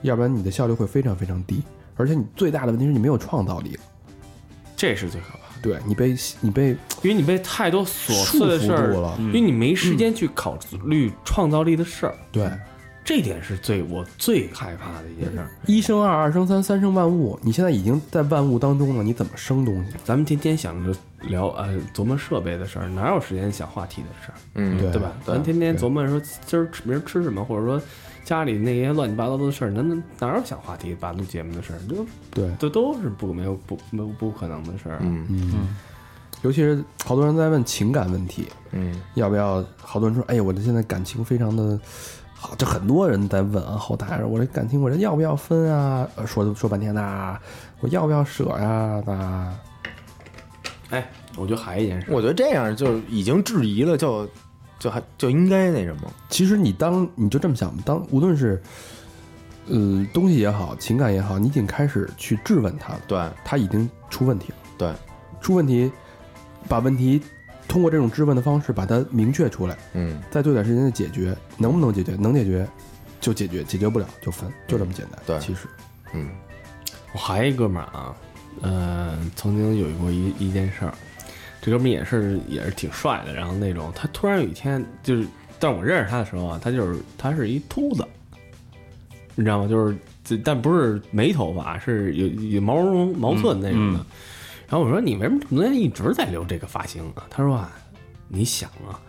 Speaker 2: 要不然你的效率会非常非常低，而且你最大的问题是你没有创造力了，
Speaker 5: 这是最可怕的，
Speaker 2: 对你被你被
Speaker 5: 因为你被太多琐
Speaker 2: 束
Speaker 5: 碎的
Speaker 2: 缚
Speaker 5: 事儿
Speaker 2: 住，了，
Speaker 5: 因为你没时间去考虑创造力的事儿，
Speaker 2: 对，
Speaker 5: 这点是最我最害怕的一件事儿。
Speaker 2: 一生二，二生三，三生万物，你现在已经在万物当中了，你怎么生东西？
Speaker 5: 咱们天天想着聊呃琢磨设备的事儿，哪有时间想话题的事儿，
Speaker 4: 嗯
Speaker 2: 对
Speaker 5: 对吧？咱天天琢磨说今儿吃明儿吃什么，或者说家里那些乱七八糟的事儿，咱哪有想话题把录节目的事儿？这
Speaker 2: 对，
Speaker 5: 这都是不没有不没有不可能的事儿。
Speaker 4: 嗯
Speaker 2: 尤其是好多人在问情感问题，
Speaker 4: 嗯
Speaker 2: 要不要？好多人说，哎呀，我这现在感情非常的好，这很多人在问啊，后台我这感情，我这要不要分啊？呃说说半天呐、我要不要舍呀、那、
Speaker 5: 哎，我觉得还有一件事，
Speaker 4: 我觉得这样就已经质疑了，就就还就应该那什么，
Speaker 2: 其实你当你就这么想，当无论是呃东西也好，情感也好，你已经开始去质问他了，
Speaker 4: 对
Speaker 2: 他已经出问题了，
Speaker 4: 对，
Speaker 2: 出问题，把问题通过这种质问的方式把它明确出来，
Speaker 4: 嗯，
Speaker 2: 在最短时间内解决，能不能解决？能解决就解决，解决不了就分，就这么简单。
Speaker 4: 对
Speaker 2: 其实
Speaker 4: 嗯，
Speaker 5: 我还一哥们儿啊，呃，曾经有过一一件事儿，这哥们儿也是也是挺帅的，然后那种他突然有一天就是，但我认识他的时候啊，他就是他是一秃子，你知道吗？就是这但不是没头发，是有有毛茸毛寸那
Speaker 2: 嗯
Speaker 5: 种的。然后我说你为什么这么多年一直在留这个发型啊？他说啊，你想啊。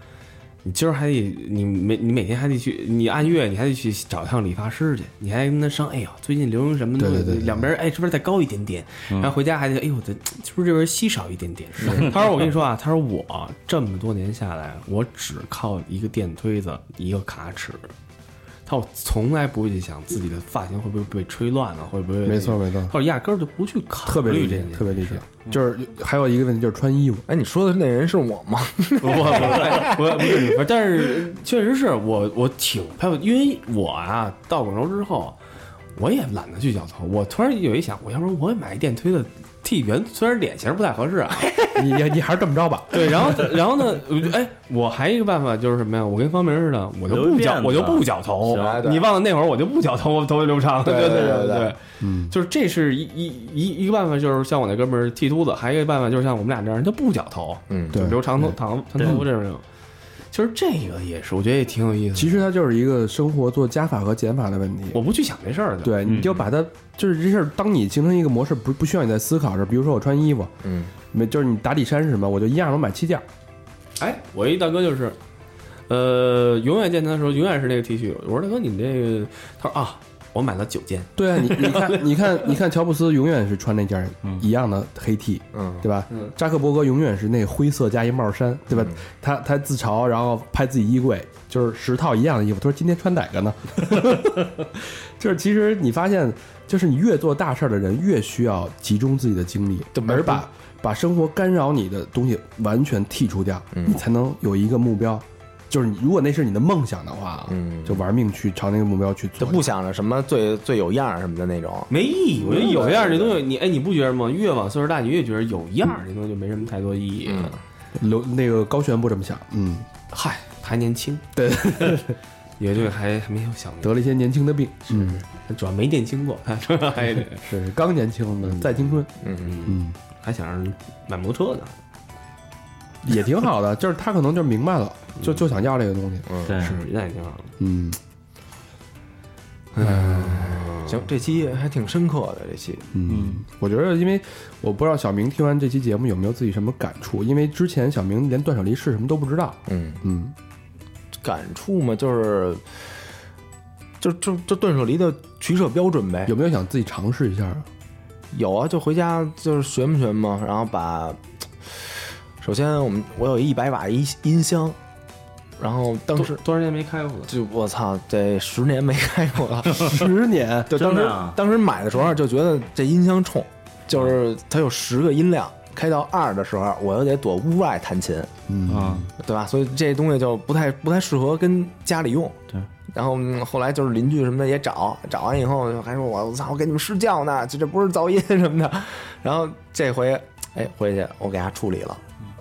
Speaker 5: 你今儿还得，你每你每天还得去，你按月你还得去找趟理发师去，你还跟他商，哎呦，最近流行什么东西？
Speaker 2: 对对对对
Speaker 5: 两边哎，是不是再高一点点？然后回家还得，哎呦，这是不是这边稀少一点点？他说我跟你说啊，他说我这么多年下来，我只靠一个电推子，一个卡尺。他说我从来不会去想自己的发型会不会被吹乱了，会不会
Speaker 2: 没错没错
Speaker 5: 他说压根儿就不去考
Speaker 2: 特别
Speaker 5: 虑
Speaker 2: 理
Speaker 5: 这
Speaker 2: 解
Speaker 5: 件，事，
Speaker 2: 特别理解。就是还有一个问题就是穿衣服，
Speaker 4: 哎，你说的那人是我吗？
Speaker 5: 不不不不不是你，但是确实是我我挺佩服，因为我啊到广州之后，我也懒得去绞头。我突然有一想，我要不然我也买一电推的剃圆，虽然脸型不太合适啊。
Speaker 2: 你你你还是这么着吧。
Speaker 5: 对，然后然后呢，我就哎，我还有一个办法就是什么呀？我跟方明似的，我就不绞，我就不绞头
Speaker 4: 行哎。对
Speaker 5: 你忘了那会儿我就不绞头，我头发留长了。
Speaker 4: 对对
Speaker 5: 对
Speaker 4: 对
Speaker 5: 对
Speaker 4: 对
Speaker 5: 嗯，就是这是一一一一个办法，就是像我那哥们儿剃秃子，还有一个办法就是像我们俩这样，就不绞头。
Speaker 4: 嗯，
Speaker 2: 对
Speaker 5: 留长头、长长头发这种。其实这个也是，我觉得也挺有意思的。
Speaker 2: 其实它就是一个生活做加法和减法的问题。
Speaker 5: 我不去想这事儿的，
Speaker 2: 对，你就把它就是这事儿，当你形成一个模式，不不需要你再思考的时候，比如说我穿衣服，
Speaker 4: 嗯，
Speaker 2: 没就是你打底衫是什么，我就一样，我买七件儿，
Speaker 5: 哎，我一大哥就是，呃，永远见他的时候永远是那个 T 恤。我说大哥，你这个，他说啊，我买了九件，
Speaker 2: 对啊，你你看你 看你看，乔布斯永远是穿那件一样的黑 T，
Speaker 4: 嗯
Speaker 2: 对吧？扎克伯格永远是那灰色加一帽衫，对
Speaker 4: 嗯
Speaker 2: 吧？他他自嘲，然后拍自己衣柜，就是十套一样的衣服。他说今天穿哪 个呢？ 就是其实你发现，就是你越做大事儿的人，越需要集中自己的精力，而把把生活干扰你的东西完全剔除掉，
Speaker 4: 嗯
Speaker 2: 你才能有一个目标。就是你，如果那是你的梦想的话啊，
Speaker 4: 嗯
Speaker 2: 就玩命去朝那个目标去
Speaker 4: 就
Speaker 2: 做。
Speaker 4: 不想着什么最最有样儿什么的那种。
Speaker 5: 没意义。我觉得有样儿这东西，
Speaker 2: 嗯
Speaker 5: 你哎，你不觉得吗？越往岁数大，你越觉得有样儿这东西就没什么太多意义
Speaker 4: 嗯
Speaker 5: 了。
Speaker 2: 嗯刘那个高璇不这么想，嗯，
Speaker 5: 嗨，还年轻，
Speaker 2: 对，
Speaker 5: 也就还还没有想
Speaker 2: 得了一些年轻的病，嗯，
Speaker 5: 明，主要没年轻过， 主要还
Speaker 2: 是刚年轻的再青春，
Speaker 4: 嗯
Speaker 2: 嗯，
Speaker 5: 还想着买摩托车呢。
Speaker 2: 也挺好的。就是他可能就明白了，就就想要这个东西，
Speaker 4: 嗯，
Speaker 3: 对，
Speaker 5: 是，那也挺好的。
Speaker 2: 嗯
Speaker 4: 行，这期还挺深刻的，这期
Speaker 2: 嗯。我觉得，因为我不知道小明听完这期节目有没有自己什么感触，因为之前小明连断舍离是什么都不知道，
Speaker 4: 嗯
Speaker 2: 嗯，
Speaker 4: 感触嘛，就是就就就断舍离的取舍标准呗。
Speaker 2: 哎有没有想自己尝试一下啊？
Speaker 4: 有啊，就回家就是学嘛学嘛，然后把首先我们我有一百瓦音音箱，然后当
Speaker 5: 多
Speaker 4: 时
Speaker 5: 多少年没开过了？
Speaker 4: 就我操，这十年没开过 了。
Speaker 2: 十年，
Speaker 4: 就当
Speaker 3: 真
Speaker 4: 时、
Speaker 3: 的啊
Speaker 4: 当时买的时候就觉得这音箱冲，就是它有十个音量，开到二的时候我又得躲屋外弹琴，
Speaker 3: 啊，
Speaker 4: 对吧？所以这东西就不太不太适合跟家里用。
Speaker 3: 对。
Speaker 4: 然后嗯后来就是邻居什么的也找，找完以后还说我操，我给你们施教呢，这这不是噪音什么的。然后这回哎回去我给它处理了，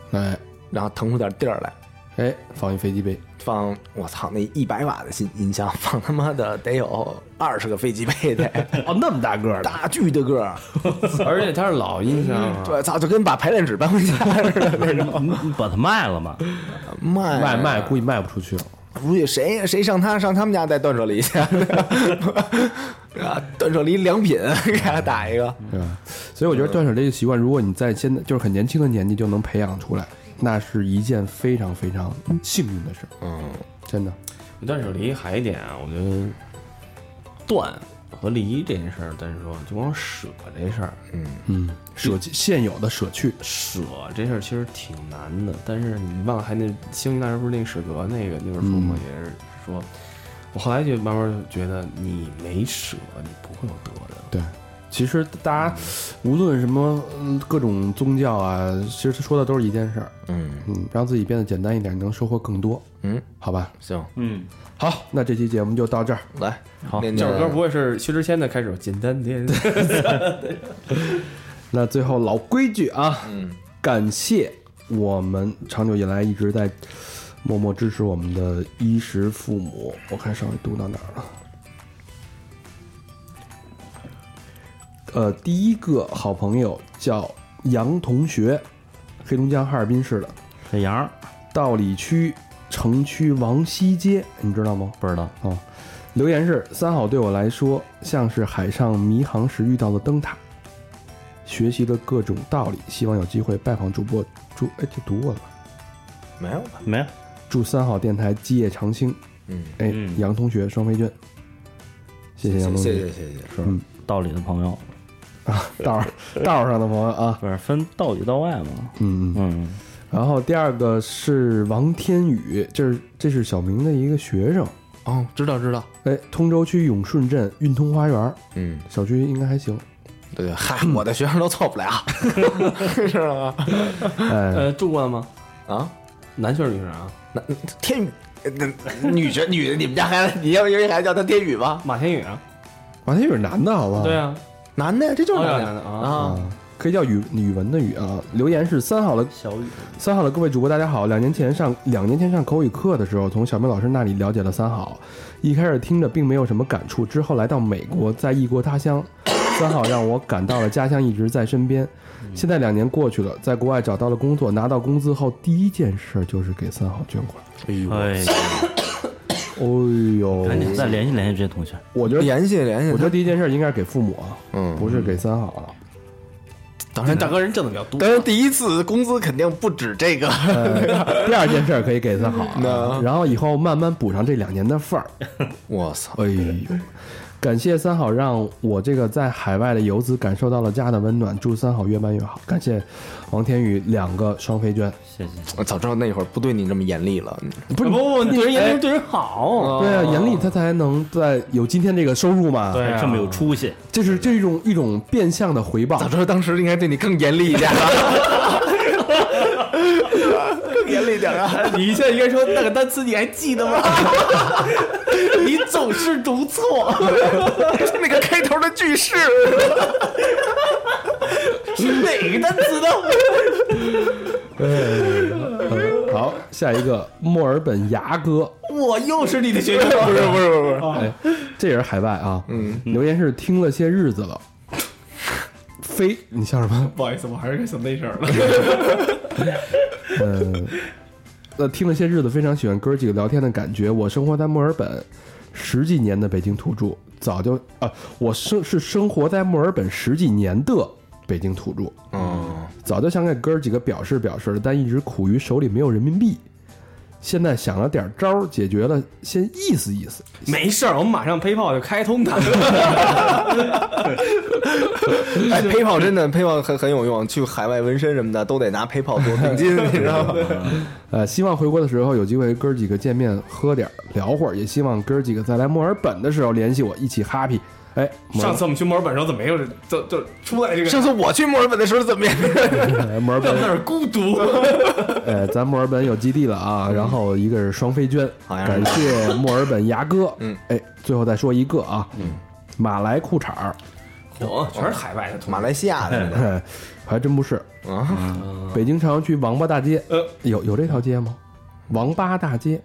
Speaker 2: 哎
Speaker 4: 然后腾出点地儿来。
Speaker 2: 哎，放一飞机杯，
Speaker 4: 放我操那一百瓦的新音箱，放他妈的 得有二十个飞机杯 得，
Speaker 2: 哦，那么大个儿，
Speaker 4: 大巨的个儿，
Speaker 5: 而且它是老音箱啊，
Speaker 4: 对，操，就跟把排练纸搬回家似 的那种。
Speaker 3: 你你把它卖了嘛？
Speaker 4: 卖
Speaker 2: 卖卖估计卖不出去了，
Speaker 4: 估计谁谁上他上他们家带断舍离去，啊，断舍离良品 给他打一个。
Speaker 2: 对吧？所以我觉得断舍离的习惯，如果你在现在就是很年轻的年纪就能培养出来，那是一件非常非常幸运的事。嗯，真的，
Speaker 5: 断舍离还一点啊，我觉得断和离这件事儿，但是说就光舍这事儿，
Speaker 2: 嗯，舍弃现有的舍去，
Speaker 5: 舍这事儿其实挺难的。但是你忘了还那《星际大战》不是那个舍得那个那本书吗？
Speaker 2: 嗯
Speaker 5: 也是说，我后来就慢慢觉得，你没舍，你不会有得的。
Speaker 2: 对。其实大家无论什么嗯各种宗教啊，其实说的都是一件事儿，
Speaker 4: 嗯
Speaker 2: 嗯，让自己变得简单一点，能收获更多，
Speaker 4: 嗯，
Speaker 2: 好吧？
Speaker 4: 行，
Speaker 3: 嗯，
Speaker 2: 好，那这期节目就到这儿，
Speaker 4: 来，
Speaker 3: 好
Speaker 4: 念
Speaker 2: 嗯
Speaker 5: 这
Speaker 4: 念
Speaker 5: 首歌不会是薛之谦的开始？简单点，
Speaker 2: 那最后老规矩啊，
Speaker 4: 嗯，
Speaker 2: 感谢我们长久以来一直在默默支持我们的衣食父母。我看上回读到哪儿了？呃，第一个好朋友叫杨同学，黑龙江哈尔滨市的
Speaker 3: 小杨儿
Speaker 2: 道里区城区王西街，你知道吗？
Speaker 3: 不知道，
Speaker 2: 哦，留言是三好对我来说像是海上迷航时遇到的灯塔，学习的各种道理。希望有机会拜访主播，祝哎这读过了吧，
Speaker 4: 没有吧？
Speaker 3: 没有，
Speaker 2: 祝三好电台基业长青。
Speaker 4: 嗯，
Speaker 2: 哎，
Speaker 3: 嗯
Speaker 2: 杨同学双飞娟，谢谢杨
Speaker 4: 谢
Speaker 2: 同
Speaker 4: 谢
Speaker 2: 学
Speaker 4: 谢谢，谢谢，
Speaker 3: 是
Speaker 2: 嗯
Speaker 3: 道里的朋友，
Speaker 2: 啊，道儿道儿上的朋友啊，
Speaker 3: 不是分道里道外嘛？
Speaker 2: 嗯嗯。
Speaker 3: 嗯，
Speaker 2: 然后第二个是王天宇，这是这是小明的一个学生，
Speaker 4: 哦，知道知道，
Speaker 2: 哎，通州区永顺镇运通花园
Speaker 4: 嗯，
Speaker 2: 小区应该还行，
Speaker 4: 对对，嗨，我的学生都错不了， 是吗？
Speaker 2: 哎，
Speaker 5: 呃，住过了吗？
Speaker 4: 啊，
Speaker 5: 男生女生啊？
Speaker 4: 那天宇，呃那女学女，你们家孩子，你要因为孩子叫他天宇吗？
Speaker 5: 马天宇啊？
Speaker 2: 王天宇是男的，好不好？
Speaker 5: 对啊，
Speaker 4: 男的呀，这就是
Speaker 5: 哦
Speaker 4: 男
Speaker 5: 男的啊
Speaker 4: 啊，
Speaker 2: 啊，可以叫语语文的语啊。留言是三好的
Speaker 3: 小雨，
Speaker 2: 三好的各位主播，大家好。两年前上两年前上口语课的时候，从小明老师那里了解了三好，一开始听着并没有什么感触，之后来到美国，在异国他乡，三好让我感到了家乡一直在身边。现在两年过去了，在国外找到了工作，拿到工资后第一件事就是给三好捐款。
Speaker 4: 哎呦，
Speaker 3: 哎，
Speaker 2: 哎呦，
Speaker 3: 赶紧再联系联系这同学，
Speaker 2: 我觉得
Speaker 4: 联系联系
Speaker 2: 我觉
Speaker 4: 他，
Speaker 2: 得第一件事应该是给父母啊，
Speaker 4: 哎嗯
Speaker 2: 不是给三好啊。
Speaker 4: 当然
Speaker 5: 大
Speaker 4: 大哥。
Speaker 5: 哥人挣的比较多。
Speaker 2: 哎
Speaker 4: 当然，第一次工资肯定不止这个。
Speaker 2: 呃， 第二件事儿可以给他好 啊、
Speaker 4: 那
Speaker 2: 然后以后慢慢补上这两年的 份儿。
Speaker 4: 我操！
Speaker 2: 哎呦，感谢三好让我这个在海外的游子感受到了家的温暖，祝三好越办越好。感谢王天宇两个双飞娟，
Speaker 3: 谢谢。
Speaker 4: 我早知道那会儿不对你这么严厉了。
Speaker 2: 不是
Speaker 5: 不不，你对人
Speaker 2: 哎
Speaker 5: 严厉对人好，
Speaker 2: 对啊，严厉他才能在有今天这个收入嘛。
Speaker 5: 对啊
Speaker 3: 这么有出息，
Speaker 2: 这是这是一种一种变相的回报
Speaker 4: 早。知道当时应该对你更严厉一点，更严厉一点啊！
Speaker 5: 哎你现在应该说那个单词你还记得吗？ 你总是读错，
Speaker 4: 那个开头的句式，
Speaker 5: 是哪个单词呢？
Speaker 2: 嗯好，下一个墨尔本牙哥，
Speaker 5: 我又是你的学生，
Speaker 4: 不是不是不是，
Speaker 2: 哎，这也是海外啊。嗯，留言是听了些日子了。非你笑什么？
Speaker 5: 不好意思，我还是想那事儿了。
Speaker 2: 嗯，呃，听了些日子，非常喜欢哥几个聊天的感觉。我生活在墨尔本十几年的北京土著，早就啊，我生是生活在墨尔本十几年的北京土著，
Speaker 4: 嗯，
Speaker 2: 早就想给哥几个表示表示了，但一直苦于手里没有人民币。现在想了点招儿解决了，先意思意思。
Speaker 5: 没事儿，我们马上 PayPal 就开通它。
Speaker 4: 哎，PayPal 真的 PayPal 很很有用，去海外纹身什么的都得拿 PayPal 做定 金，你知道吗？
Speaker 2: 呃，希望回国的时候有机会哥几个见面喝点儿聊会儿，也希望哥几个再来墨尔本的时候联系我一起 happy。哎，墨尔
Speaker 5: 上次我们去墨尔本的时候，怎么没有人就就出来这个？
Speaker 4: 上次我去墨尔本的时候怎么样？
Speaker 2: 呃 墨尔
Speaker 5: 在
Speaker 2: 本
Speaker 5: 那儿孤 独，
Speaker 2: 呃，咱墨尔本有基地了啊，然后一个是双飞娟，
Speaker 4: 好呀
Speaker 2: 感谢墨尔本牙哥，
Speaker 4: 嗯，
Speaker 2: 哎，最后再说一个啊，嗯，马来裤衩儿，
Speaker 5: 有全是海外的同
Speaker 4: 马来西亚的
Speaker 2: 哎还真不是，
Speaker 4: 啊，
Speaker 2: 北京朝阳区王八大街，
Speaker 5: 呃，
Speaker 2: 有有这条街吗？王八大街，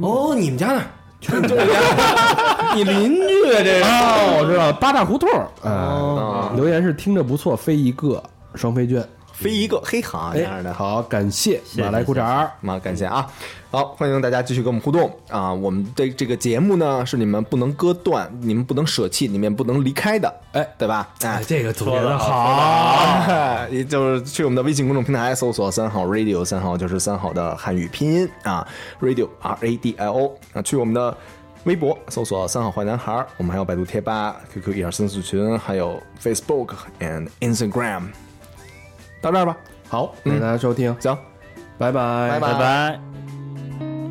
Speaker 5: 哦，你们家那儿，就你家， 你邻居啊，这是。
Speaker 2: 哦，我知道八大胡同儿，哎
Speaker 4: 哦，
Speaker 2: 留言是听着不错，飞一个双飞娟，
Speaker 4: 飞一个黑行这样
Speaker 2: 哎，
Speaker 4: 的。
Speaker 2: 好，感谢
Speaker 3: 谢
Speaker 2: 马来裤衩儿，
Speaker 4: 啊，感谢啊！好，欢迎大家继续跟我们互动啊！我们的这个节目呢，是你们不能割断，你们不能舍弃，你们也不能离开的，
Speaker 2: 哎，
Speaker 4: 对吧？哎，
Speaker 2: 这个总结的好，
Speaker 4: 啊， 也就是去我们的微信公众平台搜索“三好 radio”，三好就是三好的汉语拼音啊，radio r a d i o 啊，去我们的微博搜索“三好坏男孩”，我们还有百度贴吧、QQ 一二三四群，还有 Facebook and Instagram。到这儿吧，嗯
Speaker 2: 好，感谢大家收听，
Speaker 4: 行，
Speaker 2: 拜拜，
Speaker 4: 拜
Speaker 3: 哎拜拜。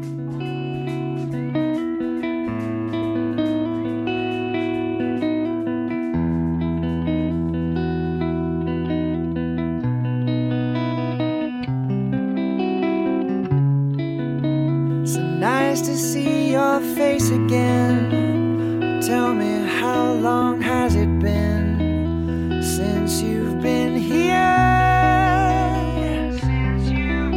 Speaker 6: So nice to see your face again. Tell me, how long has it been since you've been here? Since you've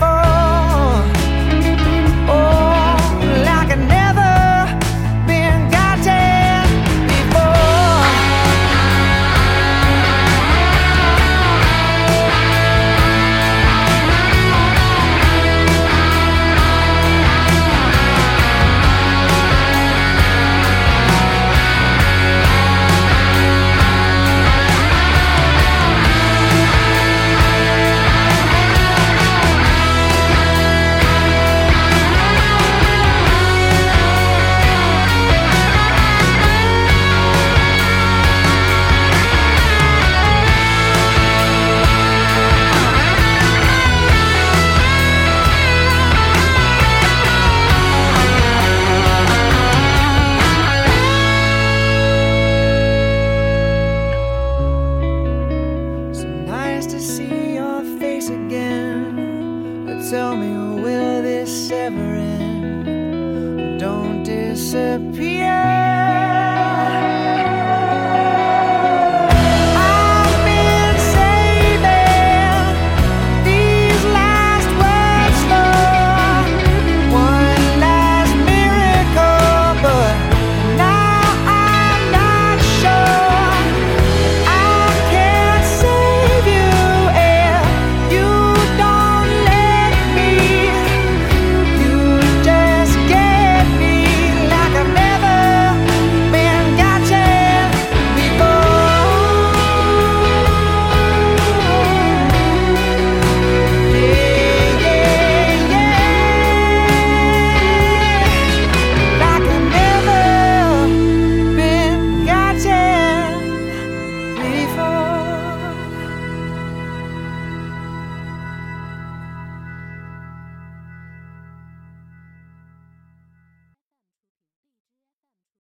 Speaker 6: Oh. Oh, nice to see your face again. But tell me, will this ever end? Don't disappear.